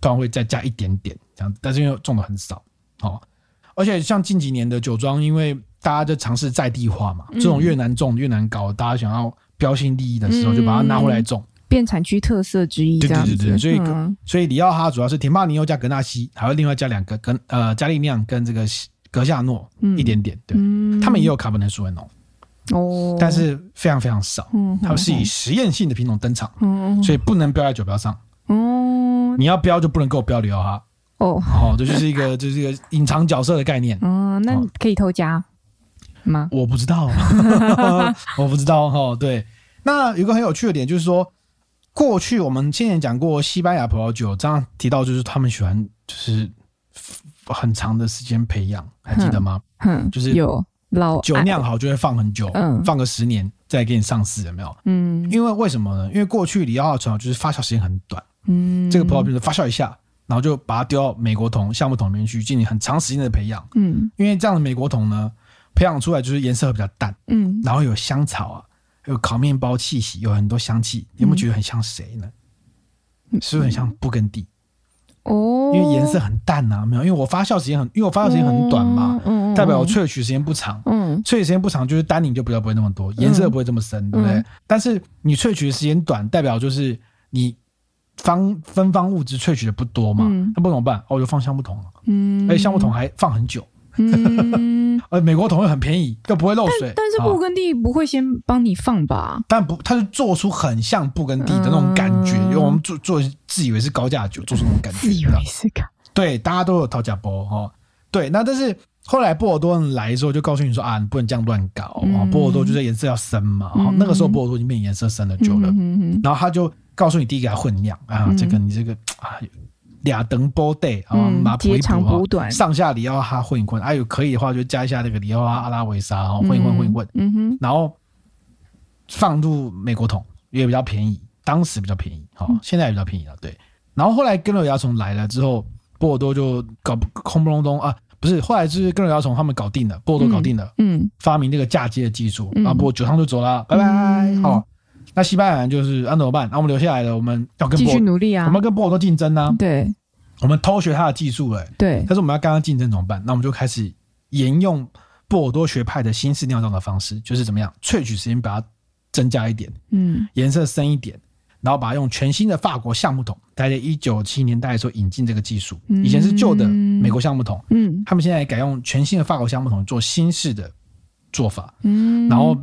S2: 通常会再加一点点这样子，但是因为种的很少，哦，而且像近几年的酒庄，因为大家就尝试在地化嘛，
S3: 嗯
S2: 这种越难种越难搞，大家想要标新立异的时候，
S1: 嗯
S2: 就把它拿回来种。
S1: 变产区特色之一，
S2: 对
S1: 这样子。
S2: 对对对所以
S1: 嗯
S2: 所以里奥哈主要是甜帕尼欧加格纳西，还会另外加两个跟呃加利酿跟这个格夏诺一点点，对，
S3: 嗯，
S2: 他们也有卡本内苏维农，
S3: 哦，
S2: 但是非常非常少，
S3: 嗯，
S2: 他们是以实验性的品种登场，
S3: 嗯
S2: 所以不能标在酒标上，
S3: 哦
S1: 嗯
S2: 你要标就不能给我标里奥哈。
S3: 哦
S2: 哦，这就是一 个就是一个隐藏角色的概念。
S1: 嗯，那
S2: 好
S1: 可以偷加吗？
S2: 我不 知道，我不知道哦。对，那有一个很有趣的点就是说，过去我们先前讲过西班牙葡萄酒，这样提到就是他们喜欢就是很长的时间培养，还记得吗？
S3: 哼
S2: 就是
S1: 有老啊
S2: 酒酿好就会放很久，
S3: 嗯
S2: 放个十年再给你上市，有没有？
S3: 嗯
S2: 因为为什么呢？因为过去里奥的传统就是发酵时间很短，
S3: 嗯
S2: 这个葡萄品种发酵一下，然后就把它丢到美国桶、橡木桶里面去进行很长时间的培养。
S3: 嗯
S2: 因为这样的美国桶呢，培养出来就是颜色会比较淡，
S3: 嗯
S2: 然后有香草啊，有烤面包气息，有很多香气。你有没有觉得很像谁呢？是不是很像布根地？
S3: 哦，
S1: 嗯
S2: 因为颜色很淡啊，没有，因为我发酵时间很，因为我发酵时间很短
S1: 哦
S2: 嘛，
S3: 嗯，
S2: 代表我萃取时间不长。
S3: 嗯
S2: 萃取时间不长，就是单宁就比较不会那么
S1: 嗯
S2: 多，颜色不会这么深，对不对？但是你萃取的时间短，代表就是你方芬芳物质萃取的不多嘛，
S3: 嗯
S2: 那不怎么办？哦，我就放橡木桶了，
S3: 嗯，
S2: 而且橡木桶还放很久，
S3: 嗯，
S2: 而美国桶又很便宜，又不会漏水。
S1: 但是
S2: 啊
S1: 布根地不会先帮你放吧？
S2: 但不，它是做出很像布根地的那种感觉，
S3: 嗯
S2: 因为我们做做自以为是高价酒，做出那种感觉，
S1: 自以
S2: 你知道
S1: 为是感，
S2: 对，大家都有讨价包哈。对，那但是后来波尔多人来的时候，就告诉你说啊，你不能这样乱搞哦。
S3: 嗯
S2: 波尔多就是颜色要深嘛，
S3: 嗯
S2: 哦那个时候波尔多已经变颜色深了久了，
S3: 嗯
S2: 然后他就告诉你第一个要混酿啊，
S3: 嗯
S2: 这个你这个啊，俩等波 day 啊，
S3: 嗯
S2: 马补一
S1: 截长
S2: 补
S1: 补
S2: 啊，
S1: 短。
S2: 上下里奥哈混一混，啊，有可以的话就加一下那个里奥哈阿拉维沙哦，混一混混一混，
S3: 嗯哼，
S2: 然后放入美国桶，也比较便宜，当时比较便宜，好、
S1: 嗯
S2: 哦，现在也比较便宜了，对。然后后来根瘤蚜虫来了之后，波尔多就搞不空不隆咚啊，不是，后来就是根瘤蚜虫他们搞定了，波尔多搞定了，
S3: 嗯
S2: 发明这个嫁接的技术，
S3: 嗯
S2: 然后波酒商就走了，拜拜，
S3: 嗯
S2: 好、哦。那西班牙人就是那、啊、怎么办？那、我们留下来了，我们要跟
S1: 继
S2: 波
S1: 续
S2: 尔，
S1: 努力
S2: 我
S1: 啊嗯
S2: 们！要跟波尔多竞争呢、
S3: 对
S2: 我们偷学他的技术了、
S3: 对，
S2: 但是我们要跟他竞争怎么办？那我们就开始沿用波尔多学派的新式酿造的方式，就是怎么样萃取时间把它增加一点，
S3: 嗯
S2: 颜色深一点，然后把它用全新的法国橡木桶，大概一九七年代的时候引进这个技术。以前是旧的美国橡木桶，
S3: 嗯
S2: 他们现在改用全新的法国橡木桶做新式的做法，
S3: 嗯，
S2: 然后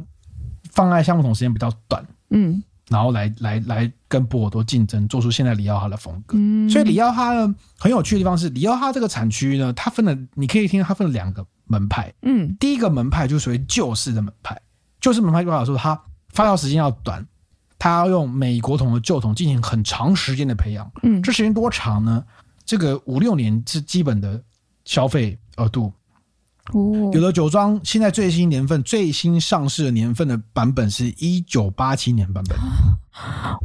S2: 放在橡木桶时间比较短，
S3: 嗯
S2: 然后来来来跟波尔多竞争，做出现在里奥哈的风格。
S3: 嗯，
S2: 所以里奥哈呢很有趣的地方是，里奥哈这个产区呢，它分了，你可以听到它分了两个门派。
S3: 嗯
S2: 第一个门派就是属于旧式的门派，旧式门派就好说它发酵时间要短，它要用美国桶的旧桶进行很长时间的培养。
S3: 嗯
S2: 这时间多长呢？这个五六年是基本的消费额度。
S3: 哦
S2: 有的酒庄现在最新年份、最新上市的年份的版本是一九八七年版本，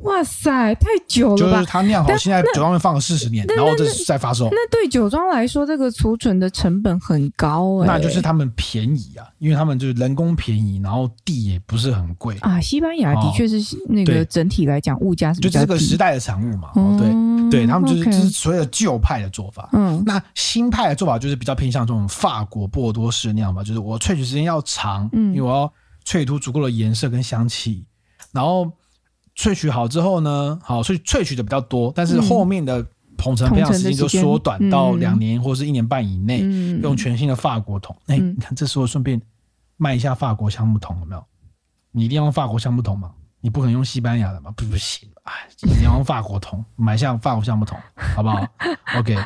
S3: 哇塞，太久
S2: 就
S3: 了吧
S2: 是？它酿好，现在酒庄会放四十年，然后这再发售，
S3: 那对酒庄来说，这个储存的成本很高哎、
S2: 那就是他们便宜啊，因为他们就是人工便宜，然后地也不是很贵，
S1: 啊，西班牙的确是那
S2: 哦对
S1: 个整体来讲物价是
S2: 就
S1: 比
S2: 这
S1: 较
S2: 个时
S1: 低，
S2: 代的产物嘛。哦，对，
S3: 嗯
S2: 对他们就是就
S3: OK
S2: 是所有旧派的做法。
S3: 嗯
S2: 那新派的做法就是比较偏向这种法国波尔多式那样吧，就是我萃取时间要长，
S3: 嗯
S2: 因为我要萃出足够的颜色跟香气，然后萃取好之后呢，好萃萃取的比较多，
S3: 嗯
S2: 但是后面的膨成培养时间就缩短到两年或是一年半以内，
S3: 嗯
S2: 用全新的法国桶。哎、
S3: 嗯
S2: 你看这时候顺便卖一下法国橡木桶有没有？你一定要用法国橡木桶嘛，你不可能用西班牙的嘛，不不行，哎，一定要用法国桶，买下法国橡 木桶，好不好？OK，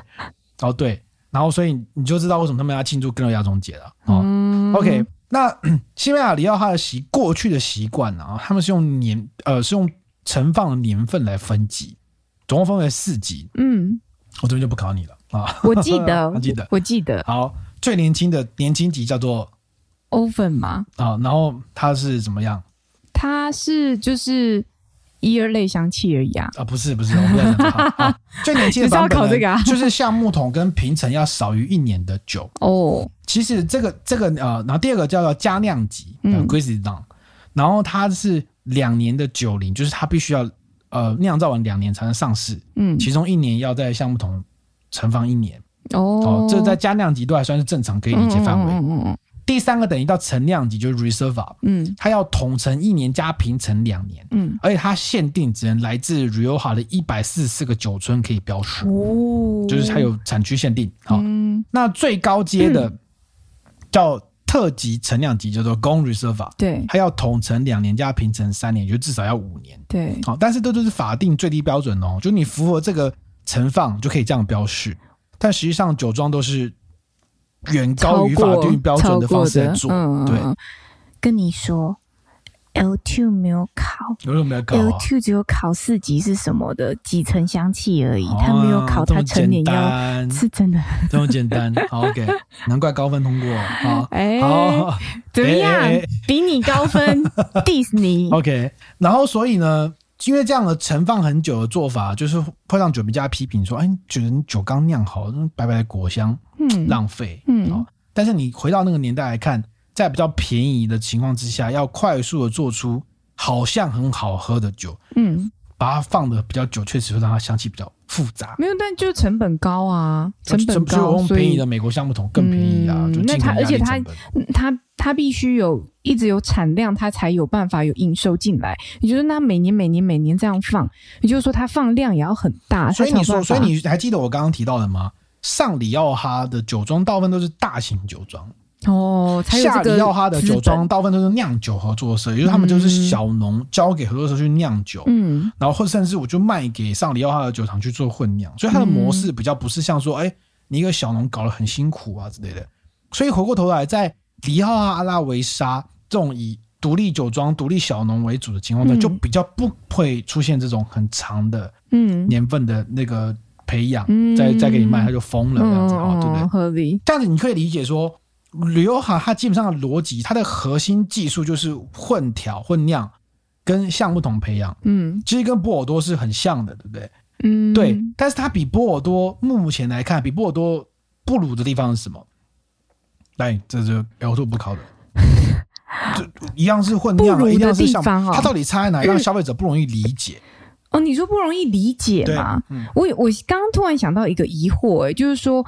S2: 哦对，然后所以你就知道为什么他们要庆祝格罗亚中节了哦。
S3: 嗯
S2: OK，那 西班牙里奥哈的习过去的习惯呢，他们是用年呃是用存放的年份来分级，总共分为四级，
S3: 嗯，
S2: 我这边就不考你了啊。
S1: 我记 得
S2: 我记得
S1: 我记得
S2: 好，最年轻的年轻级叫做
S1: oven 嘛，
S2: 啊，然后它是怎么样
S1: 它是就是一二类香气而已啊。
S2: 啊？不是不是，我们在 讲这个好好最年轻的版本呢
S1: 你是要考这个啊
S2: 就是橡木桶跟平层要少于一年的酒。
S3: 哦，
S2: 其实这个这个呃，然后第二个叫做加酿级，
S3: 嗯
S2: 嗯 g r a c e Down，然后它是两年的酒龄，就是它必须要呃酿造完两年才能上市，
S3: 嗯，
S2: 其中一年要在橡木桶存放一年
S3: 哦
S2: 哦，，这在加酿级都还算是正常可以理解范围。
S3: 嗯嗯嗯
S2: 第三个等于到陈酿级就是 Reserva，
S3: 嗯嗯
S2: 它要统称一年加平成两年，
S3: 嗯，
S2: 而且它限定只能来自 Rioja 的一百四十四个酒村可以标识，
S3: 哦，
S2: 就是它有产区限定。好、
S3: 嗯，
S2: 那最高阶的叫特级陈酿级，叫做 g o n Reserva，
S3: 对
S2: 它要统称两年加平成三年，就至少要五年。
S3: 对，
S2: 好、但是这都是法定最低标准哦，就你符合这个盛放就可以这样标示，但实际上酒庄都是远高于法定标准的方式来做。
S3: 嗯、
S2: 对，
S1: 跟你说，L two 没有考。
S2: 有什么要搞
S1: L
S2: 啊？
S1: two 只有考四级是什么的几层香气而已，他
S2: 哦
S1: 没有考
S2: 这么
S1: 他成年
S2: 简
S1: 要
S2: 单
S1: 是真的。
S2: 这么简 单。好，OK，难怪高分通过。好，
S1: 哎，
S2: 好
S1: 怎么样？
S2: 哎哎哎
S1: 比你高分 ，diss 你。
S2: ，OK。然后所以呢，因为这样的盛放很久的做法，就是会让酒评家批评说：“哎，酒酒刚酿好，那白白的果香，
S3: 嗯
S2: 浪费。”
S3: 嗯
S2: 好。但是你回到那个年代来看，在比较便宜的情况之下，要快速的做出好像很好喝的酒，
S3: 嗯，
S2: 把它放的比较久，确实会让它香气比较复杂。
S3: 没有，但就成本高啊，成本
S2: 就
S3: 高，
S2: 用
S3: 所
S2: 便宜
S3: 以
S2: 的美国橡木桶更便宜啊，
S3: 嗯
S2: 就尽
S3: 那它
S2: 可能压
S3: 而且
S2: 低
S3: 它
S2: 成本。
S3: 嗯它它必须有一直有产量，它才有办法有营收进来。也就是那每年每年每年这样放，也就是说它放量也要很大，
S2: 所以你说，
S3: 它啊才
S2: 所
S3: 有办
S2: 以
S3: 法
S2: 你还记得我刚刚提到的吗？上里奥哈的酒庄大部分都是大型酒庄，
S3: 哦才有
S2: 下
S3: 这个
S2: 里奥哈的
S3: 资本
S2: 酒庄，大部分都是酿酒合作社，也就是他们就是小农交给合作社去酿酒，
S3: 嗯
S2: 然后或甚至我就卖给上里奥哈的酒厂去做混酿，所以它的模
S3: 嗯
S2: 式比较不是像说，哎、你一个小农搞得很辛苦啊之类的。所以回过头来，在里奥啊哈、阿拉维沙这种以独立酒庄、独立小农为主的情况下，
S3: 嗯
S2: 就比较不会出现这种很长的
S3: 嗯
S2: 年份的那个培养，
S3: 嗯
S2: 再再给你卖，他就疯了这样子，哦，对
S3: 嗯
S2: 不对？
S3: 合理，
S2: 这样子你可以理解说，旅游哈它基本上的逻辑，它的核心技术就是混调、混酿跟橡木桶培养，
S3: 嗯
S2: 其实跟波尔多是很像的，对不对？
S3: 嗯，
S2: 对，但是它比波尔多目前来看，比波尔多不如的地方是什么？来，这就 L two 不考的，就一样是混酿
S3: 不
S2: 啊，
S3: 如的
S2: 一样是橡
S3: 地
S2: 木
S3: 方哦
S2: 它到底差在 哪里，让消费者不容易理解？
S3: 哦，你说不容易理解
S2: 对
S3: 嘛？，
S2: 嗯，
S1: 哎
S3: 我我刚刚突然想到一个疑惑、欸，就是说，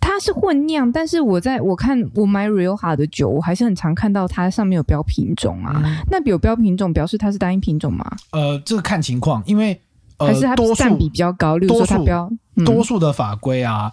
S3: 它
S1: 它是混酿，但是我在我看我买 Rioja 的酒，我还是很常看到它上面有标品种啊。
S2: 嗯
S1: 那有标品种表示它是单一品种吗？
S2: 呃，这个看情况，因为呃
S1: 还是它，
S2: 多
S1: 占比
S2: 数
S1: 比较高？例如说它标嗯
S2: 多数的法规啊，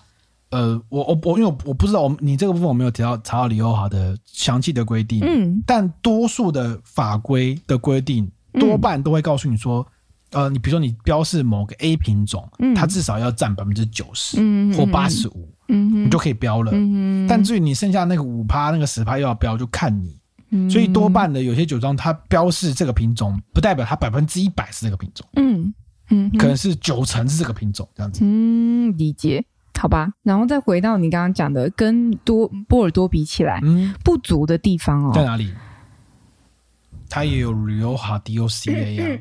S2: 呃，我我我因为我我不知道，我你这个部分我没有提到查到里欧哈的详细的规定，
S1: 嗯
S2: 但多数的法规的规定多半都会告诉你说，呃，你比如说你标示某个 A 品种，
S1: 嗯
S2: 它至少要占百分之九十
S1: 嗯
S2: 或八十五，
S1: 嗯
S2: 你
S1: 哼
S2: 就可以标了。
S1: 嗯哼
S2: 但至于你剩下那个五趴、那个十趴要不要标，就看你。
S1: 嗯
S2: 所以多半的有些酒庄它标示这个品种，不代表它百分之一百是这个品种，
S1: 嗯嗯哼
S2: 可能是九成是这个品种这样子。
S1: 嗯理解好吧。然后再回到你刚刚讲的，跟多波尔多比起来，
S2: 嗯，
S1: 不足的地方
S2: 在
S1: 哦，
S2: 哪里？它啊也有 Rioja
S1: 嗯
S2: DOCA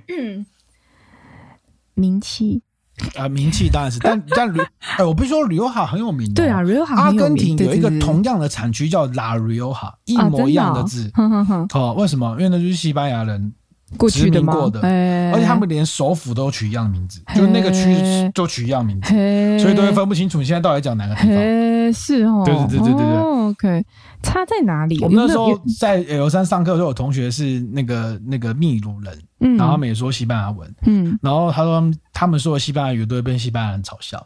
S1: 名气
S2: 啊，啊，名气当然是， 但但旅，哎，我不是说 Rioja 很有名哦，
S1: 对啊，Rioja
S2: 阿
S1: 很有
S2: 根
S1: 名
S2: 廷
S1: 对
S2: 有一个
S1: 对对
S2: 同样的产区叫 La Rioja，一
S1: 啊
S2: 模一样的字
S1: 真。哼哼哼，
S2: 哦，为什么？因为那就是西班牙人，
S1: 过去的吗
S2: 殖民过？的
S1: 哎
S2: 而且他们连首府都取一样名字，
S1: 嘿
S2: 就那个区都取一样名字，
S1: 嘿
S2: 所以都会分不清楚你现在到底讲哪个地方。
S1: 嘿，是哦，
S2: 对对对对对对
S1: 哦，OK，差在哪里？
S2: 我们那时
S1: 有
S2: 候
S1: 没有
S2: 在 L 三上课，就有同学是那个那个秘鲁人，
S1: 嗯，
S2: 然后他们也说西班牙文，
S1: 嗯
S2: 然后他说他们他们说的西班牙语都会被西班牙人嘲笑，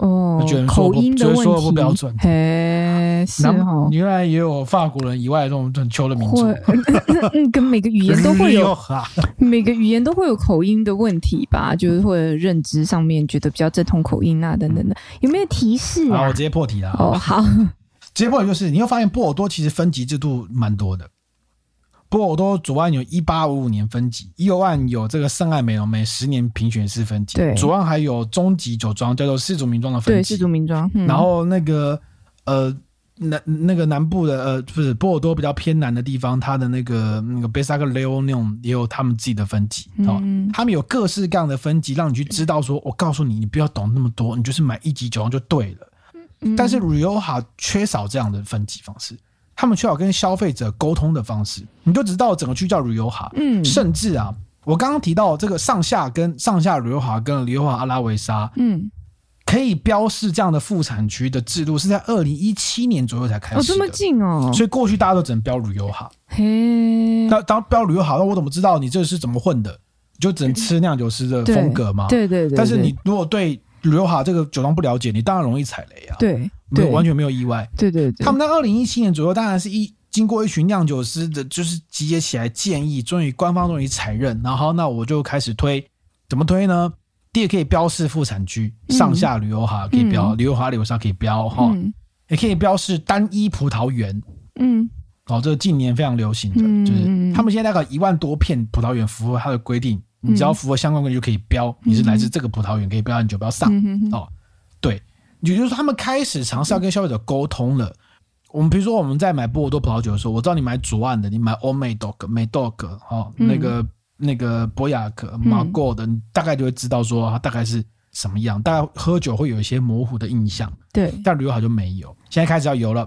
S1: 哦
S2: 就觉得，说
S1: 口
S2: 不
S1: 音的
S2: 觉得
S1: 问
S2: 说得
S1: 题
S2: 不标准
S1: 嘿，是
S2: 然
S1: 哦
S2: 后，原来也有法国人以外的这种很秋的民族
S1: 会， 嗯，跟每个语言都会有，
S2: Rioja
S1: 每个语言都会有口音的问题吧，就是或者认知上面觉得比较正统口音啊等等的，有没有提示
S2: 好，
S1: 啊
S2: 我直？接破题了啊。
S1: 哦，好，
S2: 直接破题就是，你会发现波尔多其实分级制度蛮多的。波尔多左岸有一八五五年分级，右岸有这个圣爱美容美十年评选式分级，
S1: 对
S2: 左岸还有中级酒庄叫做氏族名庄的分
S1: 对，
S2: 级，
S1: 氏族名庄，嗯
S2: 然后那个呃南那个南部的呃不是波尔多比较偏南的地方，它的那个那个贝萨克雷欧那种也有他们自己的分级哦，
S1: 嗯
S2: 他们有各式各样的分级，让你去知道说，我告诉你，你不要懂那么多，你就是买一级酒庄就对了。
S1: 嗯
S2: 但是 Rioja 缺少这样的分级方式，他们缺少跟消费者沟通的方式，你就知道整个区叫 Rioja，
S1: 嗯
S2: 甚至啊。我刚刚提到这个上下跟上下 Rioja 跟 Rioja 阿拉维沙，
S1: 嗯，
S2: 可以标示这样的副产区的制度是在二零一七年左右才开
S1: 哦，
S2: 始
S1: 这
S2: 的，
S1: 么近哦，嗯
S2: 所以过去大家都只能标旅游哈。
S1: 嘿，
S2: 那当标旅游哈，那我怎么知道你这是怎么混的？你就只能吃酿酒师的
S1: 对
S2: 风格嘛。
S1: 对对对，
S2: 但是你如果对旅游哈这个酒庄不了解，你当然容易踩雷啊。，
S1: 对
S2: 没
S1: 对
S2: 有完全没有意外。
S1: 对对对，
S2: 他们在二零一七年左右，当然是一经过一群酿酒师的，就是集结起来建议，终于官方终于承认，然后那我就开始推，怎么推呢？第一个可以标示副产区，
S1: 嗯
S2: 上下旅游哈可以标，
S1: 嗯
S2: 旅游哈旅游上可以标哈，
S1: 嗯
S2: 也可以标示单一葡萄园。
S1: 嗯
S2: 哦，这个近年非常流行的，
S1: 嗯
S2: 就是他们现在大概一万多片葡萄园符合它的规定，你
S1: 嗯
S2: 只要符合相关规定就可以标，你是来自这个葡萄园，可以标，你就不要上。
S1: 嗯哼哼
S2: 哦，对，也就是说他们开始尝试要跟消费者沟通了。我们比如说我们在买波尔多葡萄酒的时候，我知道你买左岸的，你买欧美 dog、美 dog 哦，
S1: 嗯
S2: 那个那个博雅克、马购的，你大概就会知道说它大概是什么样，大概喝酒会有一些模糊的印象，
S1: 对，
S2: 但旅游好就没有。现在开始要有了。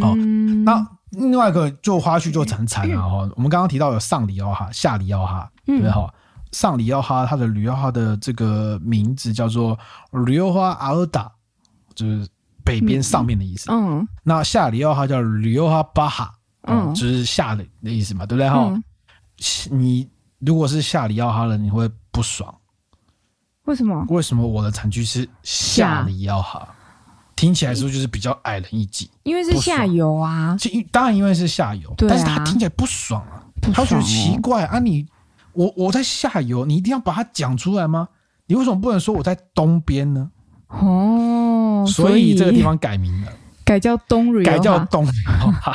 S2: 哦
S1: 嗯
S2: 那另外一个就花絮就 很惨了哈。我们刚刚提到有上里奥哈、下里奥哈，
S1: 嗯
S2: 对不对哈？上里奥哈它的旅奥哈的这个名字叫做旅奥哈阿尔达，就是北边上面的意思。
S1: 嗯
S2: 那下里奥哈叫旅奥哈巴哈，嗯，
S1: 嗯
S2: 就是下的的意思嘛，对不对哈？
S1: 嗯
S2: 你如果是下里奥哈人，你会不爽，
S1: 为什么？
S2: 为什么我的产区是下里奥哈？听起来是不是就是比较矮人一级？
S1: 因为是
S2: 不爽
S1: 下游啊，
S2: 就因当然因为是下游，
S1: 对啊
S2: 但是他听起来不爽啊，
S1: 不
S2: 他觉
S1: 爽
S2: 得
S1: 哦
S2: 奇怪啊你，我我在下游，你一定要把它讲出来吗？你为什么不能说我在东边呢？
S1: 哦，
S2: 所以这个地方改名了，
S1: 改叫东 Rio，
S2: 改叫
S1: 哈
S2: 东流哈，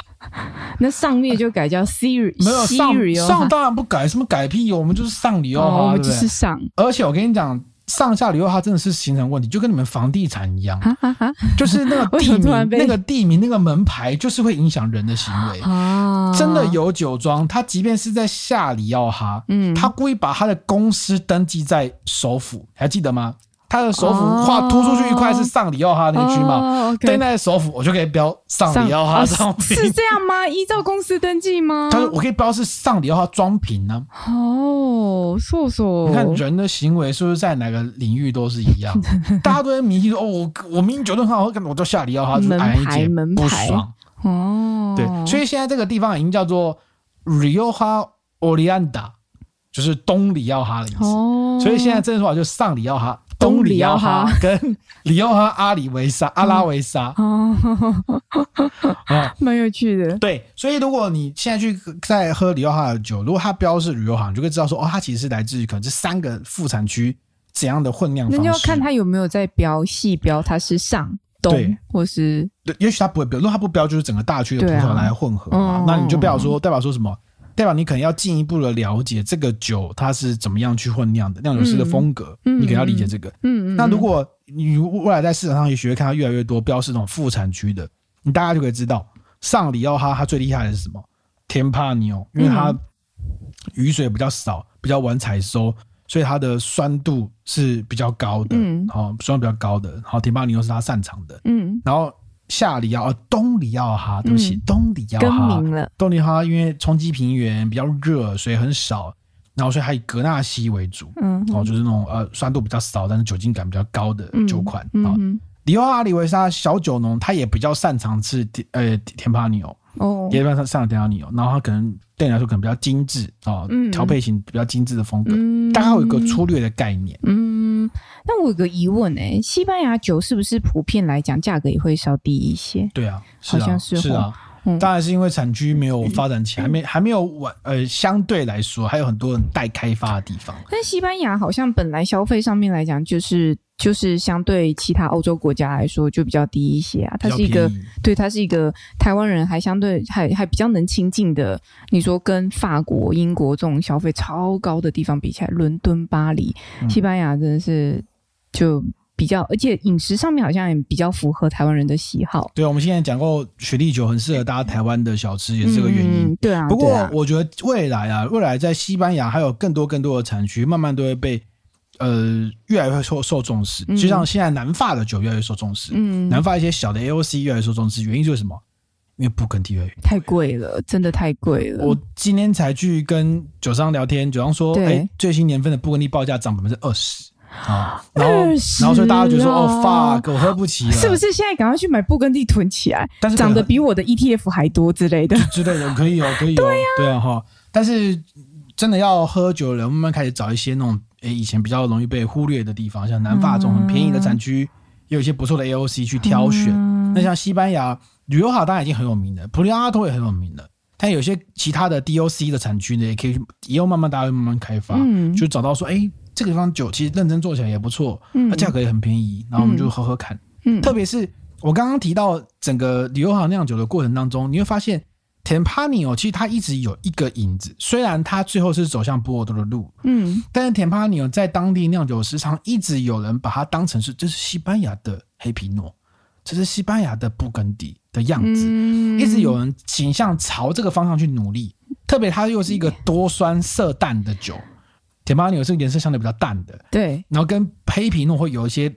S1: 那上面就改 叫 Siri，
S2: 没有上
S1: Siri
S2: 上当然不改，什么改屁，我们就是上流
S1: 哦，我
S2: 哈，
S1: 们
S2: 对不
S1: 就是
S2: 对？
S1: 上，
S2: 而且我跟你讲。上下流哈真的是形成问题，就跟你们房地产 一样，
S1: 哈哈哈
S2: 就是那个
S1: 为
S2: 地
S1: 什么突
S2: 名
S1: 然、被
S2: 那个地名、那个门牌，就是会影响人的行为。
S1: 啊，
S2: 真的，有酒庄，他即便是在下里奥哈，
S1: 嗯，
S2: 他故意把他的公司登记在首府，还记得吗？他的手幅画突出去一块是上里奥哈那一区嘛，
S1: 哦，OK
S2: 对，那手幅我就可以标上里奥哈商
S1: 哦是是
S2: 品。
S1: 这样 吗？依照公司登记吗？
S2: 他说我可以标是上里奥哈装瓶呢。
S1: 哦，硕硕，
S2: 你看人的行为是不是在哪个领域都是一样？ 大家都在迷信说哦，我我明明觉得很好喝，干嘛我叫下里奥哈就是
S1: 门
S2: 矮一截
S1: 牌门
S2: 不
S1: 牌
S2: 爽。
S1: 哦，
S2: 对，所以现在这个地方已经叫做 Rioja Orienta，就是东里奥哈的意思。
S1: 哦，
S2: 所以现在正式说法就是上里奥哈、
S1: 东
S2: 东
S1: 里
S2: 里
S1: 奥
S2: 奥
S1: 哈
S2: 哈跟里奥哈阿里 维沙、阿拉维沙
S1: 哦，
S2: 啊。
S1: 蛮有趣的，
S2: 对，所以如果你现在去在喝里奥哈的酒，如果它标示里奥哈，你就可以知道说，哦，它其实是来自于可能这三个副产区怎样的混酿
S1: 那
S2: 方
S1: 就
S2: 式。
S1: 要看他有没有在标细标，他是上东
S2: 对
S1: 或是
S2: 对，也许它不会标，如果它不标，就是整个大区的葡
S1: 对啊
S2: 萄来混合嘛
S1: 嗯。
S2: 那你就代表说，代表说什么？代表你可能要进一步的了解这个酒它是怎么样去混酿的，酿酒师的风格，
S1: 嗯
S2: 你可能要理解这个。
S1: 嗯嗯，
S2: 那如果你未来在市场上，也许会看到越来越多标示那种副产区的，你大家就可以知道上里奥哈它最厉害的是什么？天帕牛，因为它
S1: 嗯
S2: 雨水比较少，比较晚采收，所以它的酸度是比较高的，
S1: 嗯
S2: 好、酸度比较高的。然后天帕牛是它擅长的，
S1: 嗯
S2: 然后下里奥、呃东里奥哈，对不起，
S1: 嗯
S2: 东里奥
S1: 更
S2: 哈，
S1: 名了，
S2: 东里奥哈因为冲击平原比较热，水很少，然后所以它以格纳西为主。
S1: 嗯
S2: 哦，就是那种呃酸度比较少，但是酒精感比较高的
S1: 嗯
S2: 酒款啊。
S1: 嗯
S2: 里奥阿里维沙小酒农他也比较擅长吃甜呃甜帕牛，
S1: 哼哦
S2: 也比较擅长甜帕牛，然后他可能对你来说可能比较精致啊
S1: 嗯，
S2: 调配型比较精致的风格，
S1: 嗯
S2: 大概有一个粗略的概念。
S1: 嗯，那我有个疑问哎、西班牙酒是不是普遍来讲价格也会稍低一些？
S2: 对啊，是
S1: 好
S2: 啊，
S1: 像是
S2: 是啊。
S1: 嗯
S2: 当然是因为产区没有发 展起来，还没还没有完，呃，相对来说还有很多人待开发的地方。
S1: 但西班牙好像本来消费上面来讲，就是就是相对其他欧洲国家来说就比较低一些啊，它
S2: 比较
S1: 是一个
S2: 便宜
S1: 对，它是一个台湾人还相对还还比较能亲近的。你说跟法国、英国这种消费超高的地方比起来，伦敦、巴黎、
S2: 嗯
S1: 西班牙真的是就比较，而且饮食上面好像也比较符合台湾人的喜好，
S2: 对，我们现在讲过雪莉酒很适合搭台湾的小吃，也是这个原因。
S1: 嗯、对啊，
S2: 不
S1: 对
S2: 过
S1: 啊
S2: 我觉得未来啊，未来在西班牙还有更多更多的产区，慢慢都会被呃越来越受受重视。
S1: 嗯
S2: 就像现在南法的酒越来越受重视，
S1: 嗯，
S2: 南法一些小的 AOC 越来越受重视，原因就是什么？因为不肯地越来越
S1: 太贵了，真的太贵了。
S2: 我今天才去跟酒商聊天，酒商说，
S1: 嗯对
S2: 哎、最新年份的布根地报价涨百分之二十啊，然后
S1: 20
S2: 然后所以大家觉得说，哦
S1: 啊
S2: ，fuck，我喝不起了，
S1: 是不？是现在赶快去买布根地囤起来？
S2: 但是可
S1: 涨
S2: 能
S1: 得比我的 ETF 还多之类的。
S2: 之类的，可以哦，可以哦，对啊，哈，但是真的要喝酒的人，慢慢开始找一些那种，诶，以前比较容易被忽略的地方，像南法这种很便宜的产区，
S1: 嗯
S2: 也有一些不错的 AOC 去挑选。那像西班牙旅游好当然已经很有名了，普利阿托也很有名了，但有些其他的 DOC 的产区呢，也可以去以后慢慢大家会慢慢开发，
S1: 嗯
S2: 就找到说，哎，这个地方酒其实认真做起来也不错，
S1: 嗯
S2: 那价格也很便宜，然后我们就喝喝看。
S1: 嗯
S2: 啊特别是我刚刚提到整个旅游行酿酒的过程当中，你会发现 Tempranillo 其实它一直有一个影子，虽然它最后是走向波尔多的路，
S1: 嗯，
S2: 但是 Tempranillo 在当地酿酒市场一直有人把它当成是这是西班牙的黑皮诺，这是西班牙的布根地的样子。
S1: 嗯
S2: 一直有人倾向朝这个方向去努力。特别它又是一个多酸色淡的酒，铁巴牛是颜色相对比较淡的，
S1: 对，
S2: 然后跟黑皮诺会有一些嘖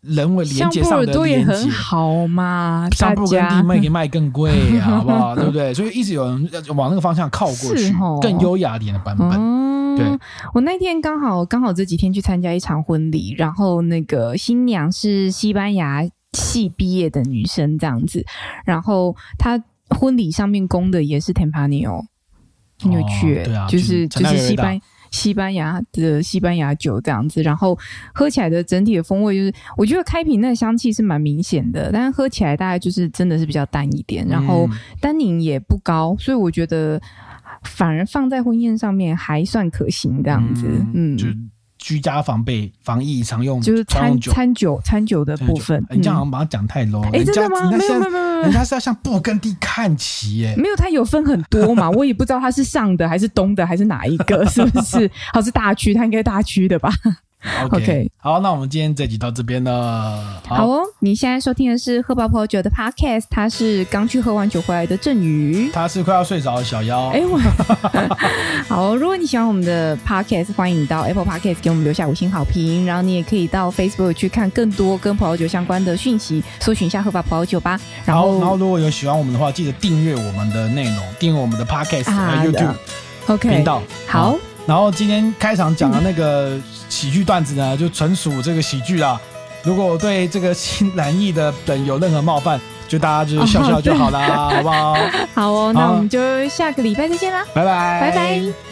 S2: 人为连
S1: 像
S2: 接
S1: 波
S2: 上
S1: 尔
S2: 的
S1: 多也
S2: 连接
S1: 很。好嘛，大
S2: 像布跟
S1: 家
S2: 地卖可以卖 更贵，好不好？对不对？所以一直有人要往那个方向靠过
S1: 是
S2: 去
S1: 哦，
S2: 更优雅一点的版本。
S1: 哦，
S2: 对，
S1: 我那天刚好刚好这几天去参加一场婚礼，然后那个新娘是西班牙系毕业的女生这样子，然后她婚礼上面供的也是 Tempranillo，很有趣欸、
S2: 对啊
S1: 就是就
S2: 就是陈大
S1: 是
S2: 爷味
S1: 西
S2: 道
S1: 班西班牙的西班牙酒这样子，然后喝起来的整体的风味就是，我觉得开瓶那香气是蛮明显的，但是喝起来大概就是真的是比较淡一点，然后
S2: 嗯
S1: 单宁也不高，所以我觉得反而放在婚宴上面还算可行这样子。嗯，
S2: 就居家防备、防疫常用，
S1: 就是
S2: 常
S1: 餐
S2: 用酒
S1: 餐酒餐酒的
S2: 餐
S1: 部分。
S2: 哎你这样好
S1: 嗯
S2: 像把它讲太 low 了。
S1: 哎、
S2: 人
S1: 真
S2: 家
S1: 的吗？
S2: 人
S1: 没
S2: 家
S1: 有
S2: 现
S1: 没
S2: 在
S1: 有没有没
S2: 人
S1: 有。
S2: 家是要向勃艮第看齐耶。
S1: 没有，它有分很多嘛，我也不知道它是上的还是东的还是哪一个，是不是？好是大区，它应该大区的吧？
S2: OK，
S1: OK
S2: 好，那我们今天这集到这边了。
S1: 好哦，你现在收听的是喝爆葡萄酒的 Podcast，他是刚去喝完酒回来的郑宇。
S2: 他是快要睡着的小妖。
S1: 哎，我 好，如果你喜欢我们的 podcast，欢迎你到 Apple Podcast 给我们留下五星好评，然后你也可以到 Facebook 去看更多跟葡萄酒相关的讯息，搜寻一下合法葡萄酒吧。然
S2: 好，
S1: 后
S2: 然后如果有喜欢我们的话，记得订阅我们的内容，订阅我们的 Podcast
S1: 啊
S2: 和 YouTube
S1: OK
S2: 频道。啊
S1: 好，
S2: 然后今天开场讲的那个喜剧段子
S1: 嗯
S2: 呢，就纯属这个喜剧啦。如果对这个新南艺的本有任何冒犯，就大
S1: 哦
S2: 家就是 笑笑就好啦，好不好？
S1: 好哦，那我们就下个礼拜再见啦，
S2: 拜拜，
S1: 拜拜。